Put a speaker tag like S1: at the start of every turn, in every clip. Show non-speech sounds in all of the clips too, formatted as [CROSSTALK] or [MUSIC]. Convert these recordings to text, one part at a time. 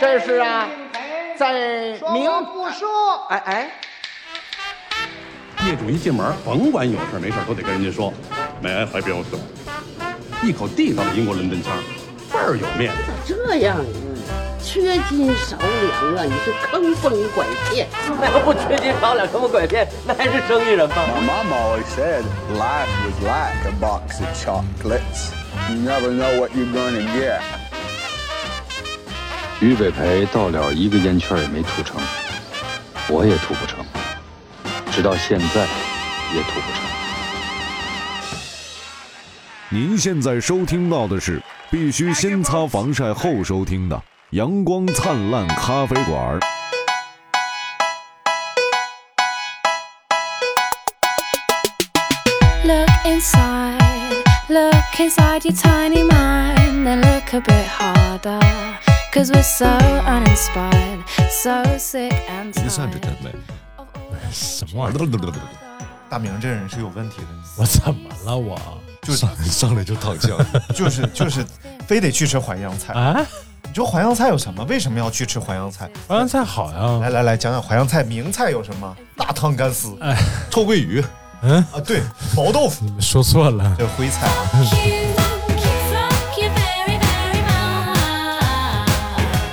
S1: 这是啊
S2: 认赔
S1: 在
S2: 说
S1: 明
S2: 我不说，
S1: 哎哎，
S3: 业主一进门，甭管有事没事都得跟人家说，May I help you？一口地道的英国伦敦腔，倍儿有面。
S4: 咋这样啊？缺斤少两啊！你是坑蒙拐骗。
S5: 那个不缺斤少两，什么拐骗，那还是生意人吗？
S6: My mom always said life was like a box of chocolates. You never know what you're gonna get.
S7: 俞北培到了一个烟圈也没吐成，我也吐不成，直到现在也吐不成。
S8: 您现在收听到的是必须先擦防晒后收听的《阳光灿烂咖啡馆》。
S9: Look inside, look inside your tiny mind, then look a bit harder. Cause we're so uninspired, so sick and
S10: 您算
S3: [LAUGHS]
S10: 是真
S9: tired.
S10: 累，
S9: of all the
S10: 什么玩意儿？
S11: 大明这人是有问题的，
S10: 我怎么了我？
S11: 就是
S3: 上来就躺枪，
S11: [LAUGHS] 就是就是，非得去吃淮扬菜。
S10: 啊，
S11: 你说淮扬菜有什么？为什么要去吃淮扬菜？
S10: 淮扬菜好呀，
S11: 来来来，讲讲淮扬菜名菜有什么？大汤干丝、臭鳜鱼，
S10: 哎嗯
S11: 啊，对，毛豆腐，
S10: 你们说错了，
S11: 这徽菜啊。
S9: Thank you very, very much.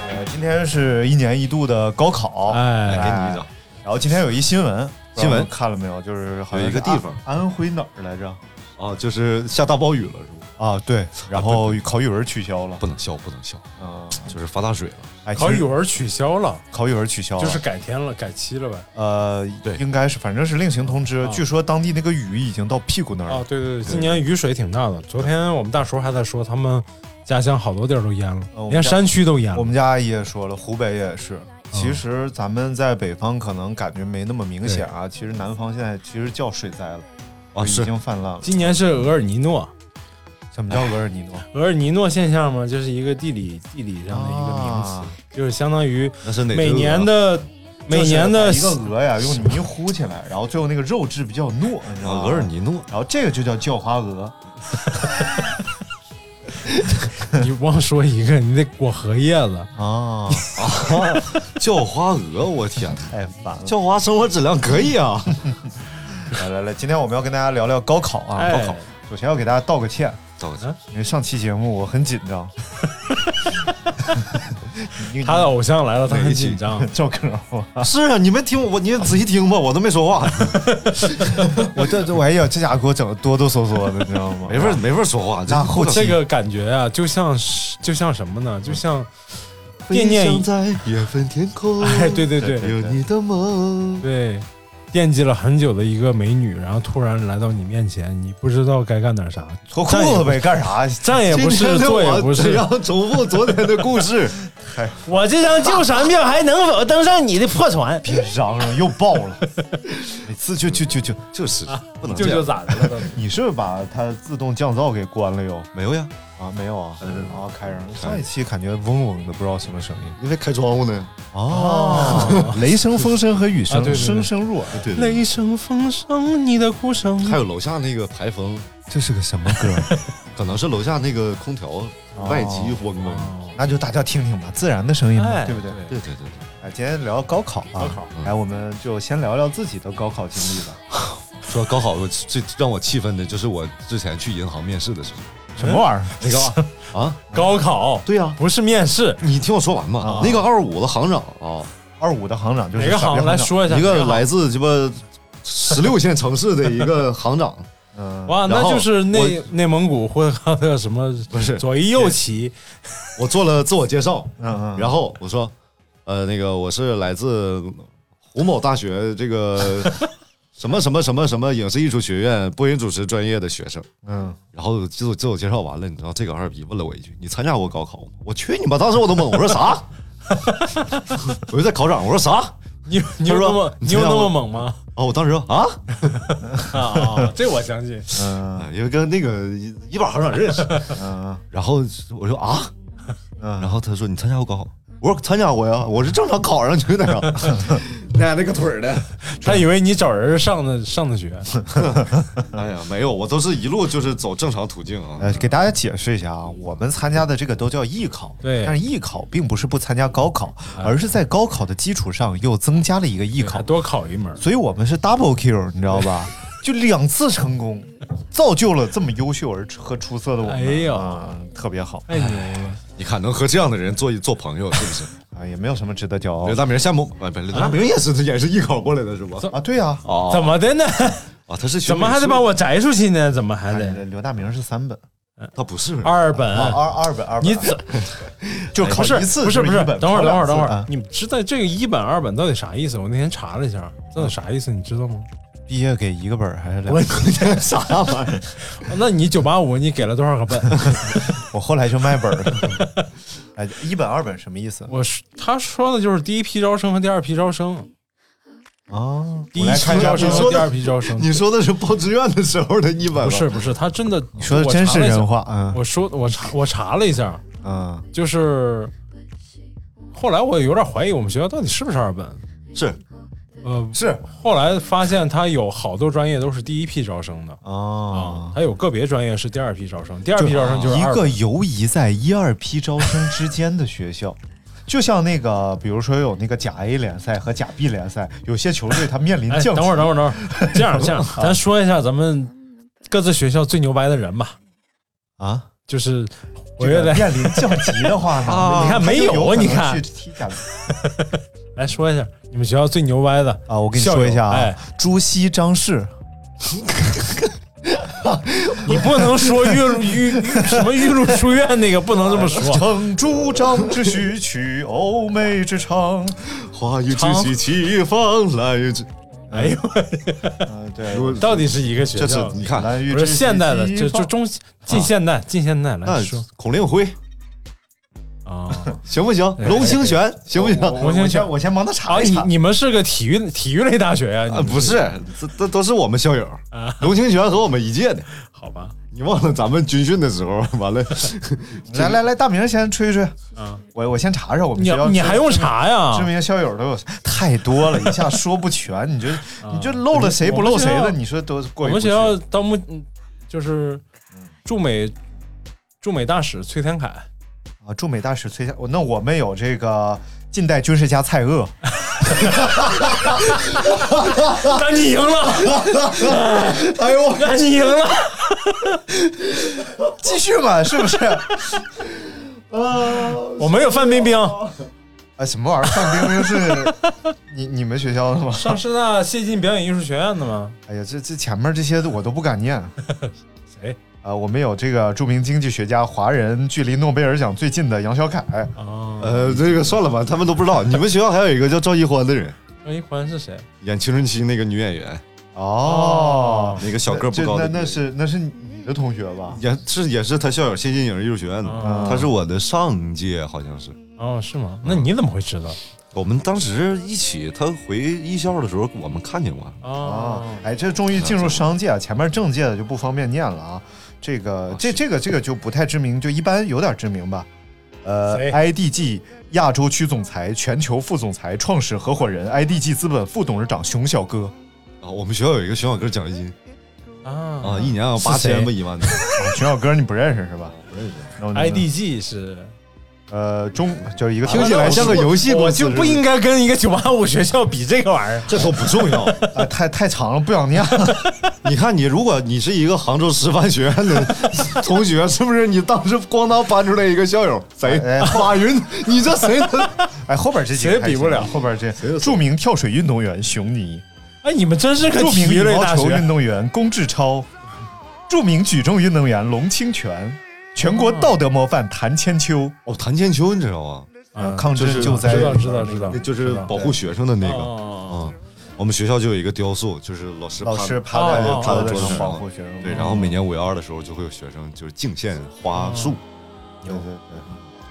S11: 呃今天是一年一度的高考，
S10: 哎
S3: 给
S11: 来
S3: 你一掌。
S11: 然后今天有一新闻，
S3: 新闻
S11: 不知道你们看了没有？就是好像
S3: 有一个
S11: 是安
S3: 地方
S11: 安徽哪儿来着？
S3: 啊，就是下大暴雨了是吗？
S11: 啊，对，然后考语文取消了
S3: 不，能笑，不能笑，
S11: 嗯，
S3: 就是发大水了。
S11: 哎
S10: 考
S11: 其
S10: 语
S11: 实
S10: 文取消了，
S11: 考语文取消了，
S10: 就是改天了，改期了呗。
S11: 呃，
S3: 对
S11: 应该是，反正是另行通知。
S10: 啊
S11: 据说当地那个雨已经到屁股那儿了。
S10: 哦，对对对，今年雨水挺大的。昨天我们大叔还在说，他们家乡好多地儿都淹
S11: 嗯
S10: 了，
S11: 我们
S10: 连
S11: 家
S10: 山区都淹
S11: 我
S10: 了。啊
S11: 们家阿姨也说了，湖北也是。其实咱们在北方可能感觉没那么明显啊，其实南方现在其实叫水灾了，
S3: 啊，
S11: 已
S3: 是
S11: 经泛滥了。
S10: 今年是额尔尼诺，
S11: 什么叫额尔尼诺？
S10: [LAUGHS] 额尔尼诺现象嘛，就是一个地理地理上的一个名词，
S11: 啊
S10: 就是相当于
S3: 那是哪只
S10: 每年的每年的
S11: 就是把一个鹅呀，用泥糊起来，然后最后那个肉质比较糯，你知
S3: 鹅
S11: 道
S3: 啊
S11: 吗？
S3: 额尔尼诺，
S11: 然后这个就叫叫花鹅，
S10: [LAUGHS] 你忘说一个，你得裹荷叶
S3: [LAUGHS]
S10: 子。
S11: [LAUGHS] 啊，
S3: 叫花鹅，我天，
S11: 太烦了。
S3: 叫花生活质量可以啊。
S11: 来来来，今天我们要跟大家聊聊高考啊，
S10: [LAUGHS] 哎
S11: 高考。首先要给大家道个歉，嗯
S3: 走着，
S11: 因为上期节目我很紧张，
S10: 他的偶像来了，他很紧
S3: 哎
S10: 张。
S11: [LAUGHS] 赵哥，
S3: [LAUGHS]
S11: 我
S3: 是啊，你们听我，你仔细听吧，我都没说话，
S11: 我
S10: [LAUGHS]
S11: 这这，哎呀，这家伙给我整的哆哆嗦嗦的，你知道吗？
S3: [LAUGHS] 没法没法说话。这
S11: 那后期
S10: 这个感觉啊，就像是就像什么呢？就像
S3: 嗯飞
S10: 惦念
S3: 翔在缘分天 [LAUGHS] 空，
S10: 哎，对对对
S3: 有你的梦。
S10: 对，惦记了很久的一个美女，然后突然来到你面前，你不知道该干点啥，
S11: 脱裤子呗，干啥？
S10: [LAUGHS] 站也不是，坐也不
S3: 只
S10: 是
S3: 要。重复昨天的故事，
S10: [LAUGHS] 我这张旧船票还能否登上你的破
S3: [LAUGHS]
S10: 船？
S11: 别嚷嚷，又爆了。 [LAUGHS] 每次就就就就，
S3: 就是不能
S10: 就
S3: 这
S10: 啊 [LAUGHS] 就
S3: 样。
S10: 咋的了？
S11: 你是不是把它自动降噪给关了又？
S3: 没有呀，
S11: 啊，没有啊，啊，开着呢。上一期感觉嗡嗡的，不知道什么声音。
S3: 因为开窗户呢。啊
S11: 哦， [LAUGHS] 雷声、风声和
S10: 啊
S11: 雨
S10: 对
S11: 声，
S10: 对对
S11: 声声入耳。
S3: 对对，
S10: 雷声风声，你的哭声。
S3: 还有楼下那个排风，
S11: 这是个什么歌？
S3: [LAUGHS]
S11: 哦
S3: 可能是楼下那个空调外机嗡嗡。
S11: 那就大家听听吧，自然的声音嘛，
S10: 哎，
S11: 对不对？
S3: 对对对对，
S11: 哎，今天聊高考啊，高考，来，我们就先聊聊自己的高考经历吧。
S3: 说高考，我最让我气愤的就是我之前去银行面试的事情。
S11: 什么玩意儿？
S3: 那个啊，啊
S10: 高考
S3: 对呀，
S10: 不是面试，
S3: 你听我说完嘛。那个二五的行长
S11: 哦
S3: 啊，
S11: 二五的行长就是
S10: 哪个
S11: 傻逼
S10: 行来说一下？
S3: 一
S10: 哪
S3: 个
S10: 行
S3: 来自鸡巴十六线城市的一个行长，
S11: 嗯，
S10: 哇，
S3: 然
S10: 那
S3: 后
S10: 就是内内蒙古呼和浩特什么
S3: 不是
S10: 左一右旗，
S3: 我做了呃自我介绍，
S11: 嗯嗯
S3: 然后我说，呃，那个我是来自胡某大学这
S11: [LAUGHS]
S3: 个什么什么什么什么影视艺术学院播音主持专业的学生。
S11: 嗯，
S3: 然后自我自我介绍完了，你知道这个二逼问了我一句：“你参加过高考吗？”我去你妈！当时我都懵，我说啥？
S11: [LAUGHS]
S3: 我就在考场，我说啥？
S10: 你你有
S3: 他说
S10: 那么
S3: 你
S10: 你有
S3: 知
S10: 那
S3: 道
S10: 么
S3: 吗
S10: 猛
S3: [LAUGHS]
S10: 吗？
S3: 啊！我当时说啊，
S10: 啊，这我相信。
S11: 嗯
S3: 因为跟那个一一把行长认识。
S11: 嗯
S3: 然后我说啊，[LAUGHS]
S11: 嗯，
S3: 然后他说你参加过高考？我说参加过呀，我是正常考上去的呀。
S12: 俩那个腿儿的，
S10: 他以为你找人上的上的学，
S11: 哎呀，没有，我都是一路就是走正常途径啊。
S3: 呃，给大家解释一下啊，我们参加的这个都叫艺考，
S10: 对
S3: 但是艺考并不是不参加高考，而是在高考的基础上又增加了一个艺考
S10: 还，多考一门。
S3: 所以我们是 double kill，你知道吧？就两次成功，造就了这么优秀而和出色的我们，
S10: 哎呦
S3: 啊特别好，
S10: 太牛了！
S11: 你看，能和这样的人做做朋友，是
S3: [LAUGHS]
S11: 不是？
S3: 啊，也没有什么值得骄傲
S11: 刘大明夏梦，啊，不是，刘大明也是 [LAUGHS] 也是艺考过来的是吧？
S3: 啊，对啊，
S11: 哦，
S10: 怎么的呢？
S11: 啊，他是学
S10: [LAUGHS] 怎么
S11: 美
S10: 还得
S11: 术
S10: 把我摘出去呢？怎么还
S3: 刘
S10: 得
S3: 呃刘大明是三本，
S11: 的？他不是
S10: 二本？
S3: 啊二二本二本，
S10: 你怎
S3: [LAUGHS] 就
S10: 哎
S3: 考
S10: 不是
S3: 一次
S10: 不是
S3: 就
S10: 不
S3: 是
S10: 是
S3: 一本，
S10: 等会儿
S3: 考
S10: 等会儿
S3: 两
S10: 等会
S3: 次
S10: 儿
S3: 啊，
S10: 你知道这个一本二本到底啥意思？我那天查了一下，到底啥意思你知道吗？
S3: 毕业给一个本儿还是两
S11: 我
S3: 本？
S11: 啥
S10: [LAUGHS]
S11: 玩意儿？
S10: 那你九八五你给了多少个本？
S3: [LAUGHS] 我后来就卖本儿 [LAUGHS] 了。哎，一本二本什么意思
S10: 我说他说的就是第一批招生和第二批招生，
S3: 啊？
S10: 第
S3: 我
S10: 一
S3: 来看
S10: 批
S3: 一下
S10: 招生
S3: 你
S10: 和
S3: 说
S10: 第
S3: 的
S10: 二批招生。
S11: 你说的是报志愿的时候的一本吗
S10: 不是不是，他真的
S3: 你说的真是人。话，嗯
S10: 我说我查我查了一下，
S3: 嗯，
S10: 就是后来我有点怀疑我们学校到底是不是二本。
S11: 是
S10: 呃，
S11: 是
S10: 后来发现他有好多专业都是第一批招生的啊
S3: 哦，，
S10: 他有个别专业是第二批招生，第二批招生就是
S3: 一
S10: 二
S3: 个游移在一二批招生之间的学校。就像那个，比如说有那个甲 A 联赛和甲 B 联赛，有些球队它面临
S10: 哎，
S3: 降级。
S10: 等会儿，等会儿，等会儿，这样这样，咱说一下咱们各自学校最牛掰的人吧，
S3: 啊，
S10: 就是我
S3: 这
S10: 觉
S3: 个
S10: 得来
S3: 面临降级的
S10: [LAUGHS]
S3: 话呢，
S10: 啊你看没有
S3: 有可能
S10: 你看
S3: 去踢甲
S10: 来说一下你们学校最牛掰的
S3: 啊，我跟你说一下
S10: 校友哎
S3: 啊，朱熹、张氏，
S10: 你不能说岳麓玉玉什么玉露书院那个不能这么说，
S3: 成朱张之序曲，欧美之唱。
S11: 花语之西，齐方来之。
S10: 哎呦，
S3: 啊，对，
S10: 到底是一个学
S11: 这次
S10: 校？
S11: 你看，
S3: 蓝玉
S10: 不
S3: 之
S10: 是现代的，
S3: 西
S10: 就就
S3: 方
S10: 中近现代，近现代来
S11: 那
S10: 说
S11: 孔令辉
S10: 啊
S11: [LAUGHS] 行不行？
S10: 哎
S11: 龙清泉行不行？
S3: 我我
S10: 先
S3: 先我先帮他查
S10: 啊！
S3: 一
S10: 你
S3: 查。
S10: 你们是个体育体育类大学呀？你
S11: 啊，不是，这这都是我们校友
S10: 啊。
S11: 龙清泉和我们一届的，
S10: [LAUGHS] 好吧？
S11: 你忘了咱们军训的时候，完了，
S3: [LAUGHS] 来来来，大明先吹一吹。
S10: 嗯，
S3: 我我先查查我们
S10: 你
S3: 学校。
S10: 你还用查呀？
S3: 知名校友都有太多了，一下说不全，
S10: [LAUGHS]
S3: 你就你就漏了谁不漏谁
S10: 啊我
S3: 的，
S10: 们学校
S3: 你说都过
S10: 我
S3: 于不
S10: 们
S3: 去
S10: 学校到目嗯就是驻美驻美大使崔天凯，
S3: 啊，驻美大使崔夏，那我们有这个近代军事家蔡锷，
S10: 但你赢了，
S3: 哎呦，
S10: 但你赢了，
S3: 继续嘛，是不
S10: [LAUGHS]
S3: 是？
S10: 我没有范冰冰，
S3: 哎，什么玩意儿？范冰冰是你你们学校的吗？
S10: 上师大谢晋表演艺术学院的吗？
S3: 哎呀，这这前面这些我都不敢念。
S10: [LAUGHS] 谁
S3: 啊，我们有这个著名经济学家，华人距离诺贝尔奖最近的杨小凯，
S10: 啊？
S11: 呃，这个算了吧，他们都不知道。你们学校还有一个叫赵一欢的人，
S10: 张一环是谁？
S11: 演《青春期》那个女演员，
S3: 哦，
S11: 那个小个儿不
S3: 这
S11: 高的
S3: 那
S11: 女
S3: 那
S11: 演员，
S3: 是那是你的同学吧？
S11: 也是也是他校友先进影视艺术学院的，
S10: 啊
S11: 他是我的上届好像是。
S10: 哦，是吗？那你怎么会知道？
S11: 我们当时一起，他回艺校的时候，我们看见过。
S3: 啊
S10: 哦，，
S3: 哎，这终于进入商界了，啊前面政界的就不方便念了啊。这
S11: 哦
S3: 个这这个这个就不太知名，就一般有点知名吧。呃
S10: 谁
S3: ，IDG 亚洲区总裁、全球副总裁、创始合伙人，IDG 资本副董事长熊小哥，
S11: 啊，我们学校有一个熊小哥奖学金
S10: 啊
S11: 啊，一年有
S10: 是
S11: 八千
S10: 谁
S11: 吧，一万的。
S3: 哎熊小哥你不认识是吧？
S11: 不认识。
S3: 那
S10: 啊
S3: 我
S10: IDG 是，
S3: 呃中就是一个
S11: 听起来像个游戏
S10: 我
S11: 公司
S10: 就不应该跟一个九八五学校比这个玩意儿。
S11: 这都不重要。
S3: 啊太太长了， [LAUGHS] 不想念。
S11: 你看，你如果你是一个杭州师范学院的同学，是不是？你当时咣当搬出来一个校友，谁？
S3: 哎哎
S11: 马云，你这谁
S3: [LAUGHS]
S11: 能？
S3: 哎，后边这几个
S10: 谁
S3: 还
S10: 比不
S3: 行
S10: 了
S3: 后边这著名跳水运动员熊妮。
S10: 哎，你们真是个
S3: 著
S10: 体
S3: 名羽
S10: 育类
S3: 毛
S10: 大
S3: 球运
S10: 学。
S3: 动员龚志超，著名举重运动员龙清泉，全国道德模范谭千秋，
S11: 哦，谭千秋，你知道吗？
S10: 嗯
S3: 抗
S11: 就
S3: 震
S11: 是
S3: 救灾，
S10: 知道知道知道
S11: 那，就是保护学生的那个。
S10: 哎哦
S11: 嗯，我们学校就有一个雕塑，就是老师
S3: 老师
S11: 趴
S3: 趴在
S10: 哦哦
S3: 桌子
S11: 哦哦
S3: 上
S11: 哦
S3: 保护学生，嗯
S11: 对，然后每年五幺二的时候就会有学生就是敬献花束，
S3: 对对对，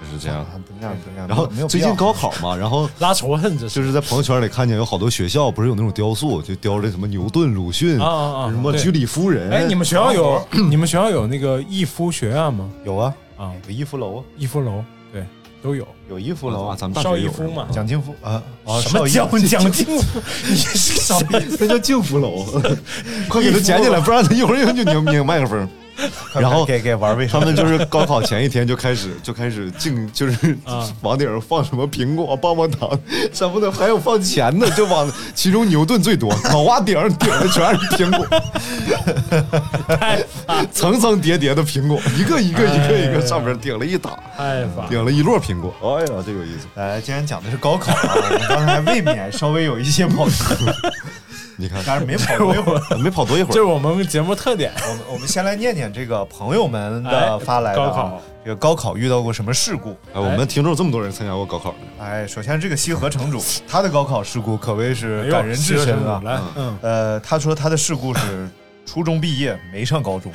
S11: 就是这样。
S3: 啊不那样不那样，
S11: 然后
S3: 没有必
S11: 最
S3: 要
S11: 近高考嘛，然后
S10: 拉仇恨这
S11: 就是在朋友圈里看见有好多学校不是有那种雕塑，就雕着什么牛顿、鲁迅，
S10: 啊啊啊
S11: 什么
S10: 对
S11: 居里夫人。
S10: 哎，你们学校有你们学校有那个逸夫学院吗？
S3: 有啊，
S10: 啊，
S3: 有逸夫楼啊，
S10: 逸夫楼，对，
S13: 都有。
S3: 有衣服了
S9: 哇，
S3: 吗？
S9: 咱们大
S10: 邵
S9: 学
S10: 逸
S9: 有
S10: 夫嘛，
S3: 蒋劲夫啊，哦
S10: 什么
S3: 少
S10: 蒋
S3: 爷
S10: 蒋劲夫？你是
S3: 少 [LAUGHS]
S10: 谁？
S9: [LAUGHS]
S3: 那叫净福 [LAUGHS] 楼，快给他捡起来，不然他一会儿又就拧拧麦克风。然后给给玩卫
S9: 他
S3: 生，
S9: 们就是高考前一天就开始就开始竞，就是
S10: 啊
S9: 往顶上放什么苹果、棒棒糖什么的，还有放钱的，就往其中牛顿最多，脑瓜顶上顶的全是苹
S3: [LAUGHS]
S9: 果，层层叠叠的苹果，一个一个
S3: 哎
S9: 一个一个上面顶了一打，
S10: 太烦了。
S9: 啊顶了一摞苹果。哎呀，这有意思！
S3: 呃，既然讲的是高考啊，我们刚才未免稍微有一些跑题，
S9: [LAUGHS] 你看，
S3: 但是没跑多一会儿。
S9: [LAUGHS] 没跑多一会
S10: 这是
S9: 儿，
S10: 我们节目特点，
S3: 我们我们先来念念这个朋友们的发来的、啊
S10: 哎高考
S3: 这个高考遇到过什么事故？
S9: 哎，我们听众这么多人参加过高考呢，
S3: 哎，首先这个西河城
S9: [LAUGHS]
S3: 主，他的高考事故可谓是
S10: 哎呦
S3: 感人至深啊
S10: 西河城主。来，嗯，
S3: 呃，他说他的事故是初中毕业没上高中，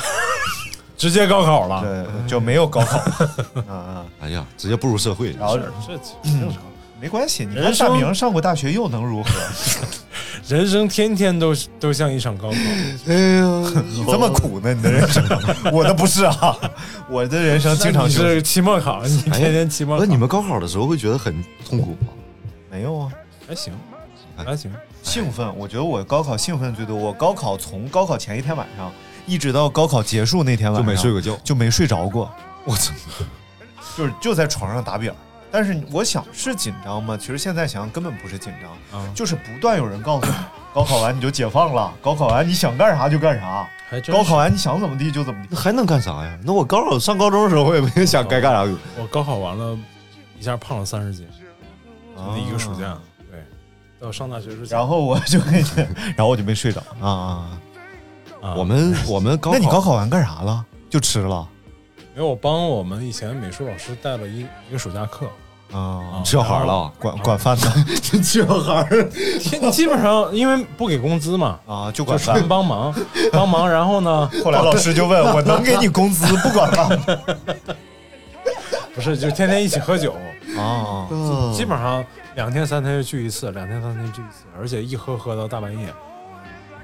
S10: 直接高考了，
S3: 对，就没有高
S9: [LAUGHS]
S3: 考啊啊，
S9: 哎呀，直接步入社会
S3: 然后
S10: 这正常。
S3: 没关系，你看
S10: 人
S3: 大
S10: 生
S3: 明上过大学又能如何？
S10: 人生天天都是都像一场高考，
S9: 哎呀，
S3: [LAUGHS] 你这么苦呢？你的人生，我的不是啊， [LAUGHS] 我的人生经常
S10: 你
S3: 就是哎
S10: 期末考，你天天期末考，
S9: 那你们高考的时候会觉得很痛苦吗？
S3: 没有啊。
S10: 还行，还行，
S3: 兴奋，我觉得我高考兴奋最多。我高考从高考前一天晚上，一直到高考结束那天晚
S9: 就
S3: 上，
S9: 没睡过觉，
S3: 就没睡着过，
S9: 我操！
S3: 就是就在床上打盹儿。但是我想是紧张吗？其实现在想想根本不是紧张，
S9: 嗯
S10: 啊
S3: 就是不断有人告诉你，高考完你就解放了，高考完你想干啥就干啥，
S10: 还真是
S3: 高考完你想怎么地就怎么地。
S9: 那还能干啥呀？那我高考上高中的时候，我也没想该干啥。
S10: 我高考完了，一下胖了三十斤，就那一个暑假。对，到上大学之前
S3: 啊然，后我就跟你，
S9: [LAUGHS]
S3: 然后我就没睡着啊。
S10: 啊
S9: 我们我们高
S3: 那你
S9: 考
S3: 高考完干啥了？就吃了
S10: 因为我帮我们以前美术老师带了一一个暑假课，
S3: 啊
S10: 啊，
S9: 吃小孩了，
S3: 管管饭
S9: [LAUGHS]
S3: 的
S9: 吃小孩儿
S10: 天基本上因为不给工资嘛，
S3: [LAUGHS] 啊，就
S10: 就
S3: 管
S10: 是
S3: 饭。
S10: 帮 [LAUGHS] 忙帮忙，然后呢，
S3: 后来老师就
S10: [LAUGHS]
S3: 问我能给你工资不管饭
S9: [LAUGHS]
S3: 吗？
S10: 不是就天天一起喝酒，
S3: 啊，
S10: 基本上两天三天就聚一次，两天三天聚一次，而且一喝喝到大半夜。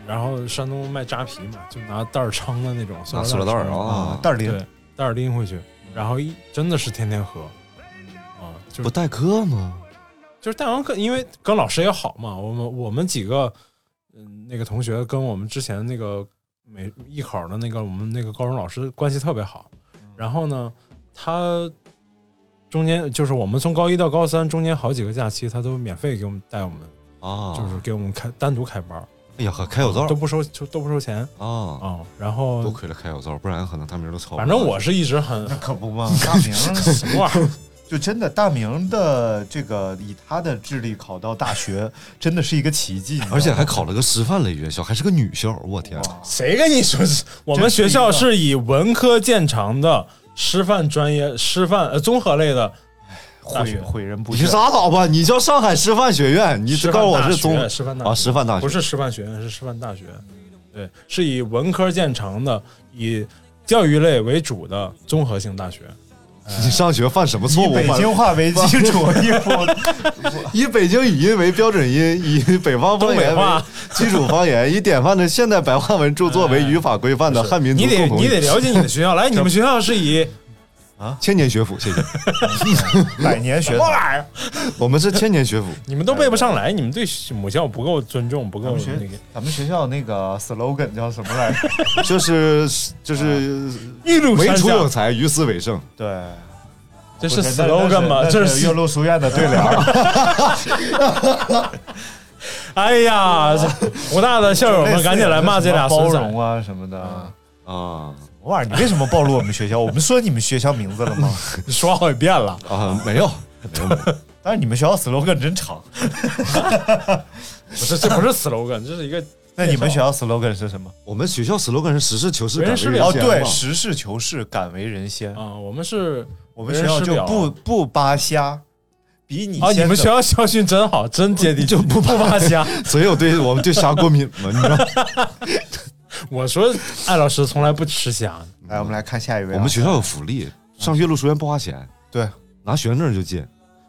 S10: 然后山东卖扎啤嘛，就拿袋儿trang 的那种塑料
S9: 拿塑料袋儿
S10: 撑
S9: 啊，
S3: 袋儿拎
S10: 对，袋儿拎回去，然后一真的是天天喝，啊，就
S9: 不
S10: 是
S9: 代课吗？
S10: 就是大王跟因为跟老师也好嘛，我们我们几个嗯那个同学跟我们之前那个美艺考的那个我们那个高中老师关系特别好，
S9: 嗯
S10: 然后呢，他中间就是我们从高一到高三中间好几个假期，他都免费给我们带我们，
S9: 啊，
S10: 就是给我们开单独开班儿，
S9: 哎呀呵，开口
S10: 都
S9: 罩
S10: 不收就都不收钱
S9: 啊，
S10: 啊，然
S9: 多
S10: 后
S9: 亏了开口罩，不然可能他名都抄不上。
S10: 反正我是一直很 [LAUGHS]
S3: 那可不嘛，大
S9: [LAUGHS]
S3: 明
S10: 什么玩意儿。
S3: 就真的大明的这个以他的智力考到大学，真的是一个奇迹，你知道吗
S9: 而且还考了个师范类院校，还是个女校，我天！
S10: 谁跟你说是？我们学校是以文科见长的师范专业、师范呃综合类的大
S3: 毁
S10: 学。
S3: 毁人不
S9: 你
S3: 倦。
S9: 拉倒吧，你叫上海师范学院，你
S10: 师
S9: 这
S10: 范
S9: 告诉我
S10: 大
S9: 是
S10: 学
S9: 中
S10: 师范大
S9: 啊
S10: 学
S9: 师范大学
S10: 不是师范学院，是师范大学。对，是以文科见长的，以教育类为主的综合性大学。
S9: 你上学犯什么错
S3: 以
S9: 误？
S3: 北京话为基础，一副
S9: 以北京语音为标准音，以北方方
S10: 东
S9: 言
S10: 北
S9: 为
S10: 话
S9: [LAUGHS] 基础方言，以典范的现代白话文著作为语法规范的汉民族
S10: 哎你得
S9: 共同
S10: 你得
S9: 语。
S10: 了解你的学
S3: [LAUGHS]
S10: 校。来，你们学校是以
S9: 千年学府，谢谢。
S3: 百年学
S10: 么
S3: 堂。
S10: 玩意儿？
S9: 我们是千年学府，
S10: 你们都背不上来，你们对母校不够尊重，不
S3: 咱
S10: 够
S3: 们
S10: 那
S3: 学
S10: 个。
S3: 咱们学校那个 slogan 叫什么来着？
S9: 就是就是
S10: 一路
S9: 唯
S10: 山
S9: 楚有
S10: 下，
S9: 才，于斯为盛。
S10: [LAUGHS]
S3: 对，
S10: 这是
S3: 不那那
S10: slogan 吗？
S3: 那
S10: 这
S3: 是岳麓书院的对联
S10: [LAUGHS]
S3: 儿。[LAUGHS]
S10: 哎呀，武大的校友
S3: 类
S10: 们
S3: 似
S10: 赶紧来骂这俩
S3: 什么包
S10: 孙
S3: 容
S10: 子！嗯
S3: 啊什么的。
S9: 啊
S3: 什么玩意儿？你为什么暴露我们学校？我们说你们学校名字了吗？
S10: 你说好几
S3: [LAUGHS]
S10: 遍了，
S9: 啊，没有，
S3: 但是你们学校 slogan 真长。
S10: 不是，这不是 slogan，这是一个
S3: 那你们学校 slogan 是什么？
S9: 我们学校 slogan 是实事求是，
S10: 为人师表
S3: 哦，
S9: 感人贤
S3: 对，
S9: 嘛
S3: 实事求是，敢为人先。
S10: 啊，我们是
S3: 我们学校就不不扒瞎，比你
S10: 啊，
S3: 先
S10: 你们学校校训真好，真接地气，就不不扒瞎。
S9: 所以我对我们对虾过敏嘛，你知道吗？
S10: [LAUGHS] 我说艾老师从来不吃虾，
S3: 来，我们来看下一位啊、
S9: 我们学校有福利，上岳麓书院不花钱，
S3: 对，
S9: 拿学生证就进。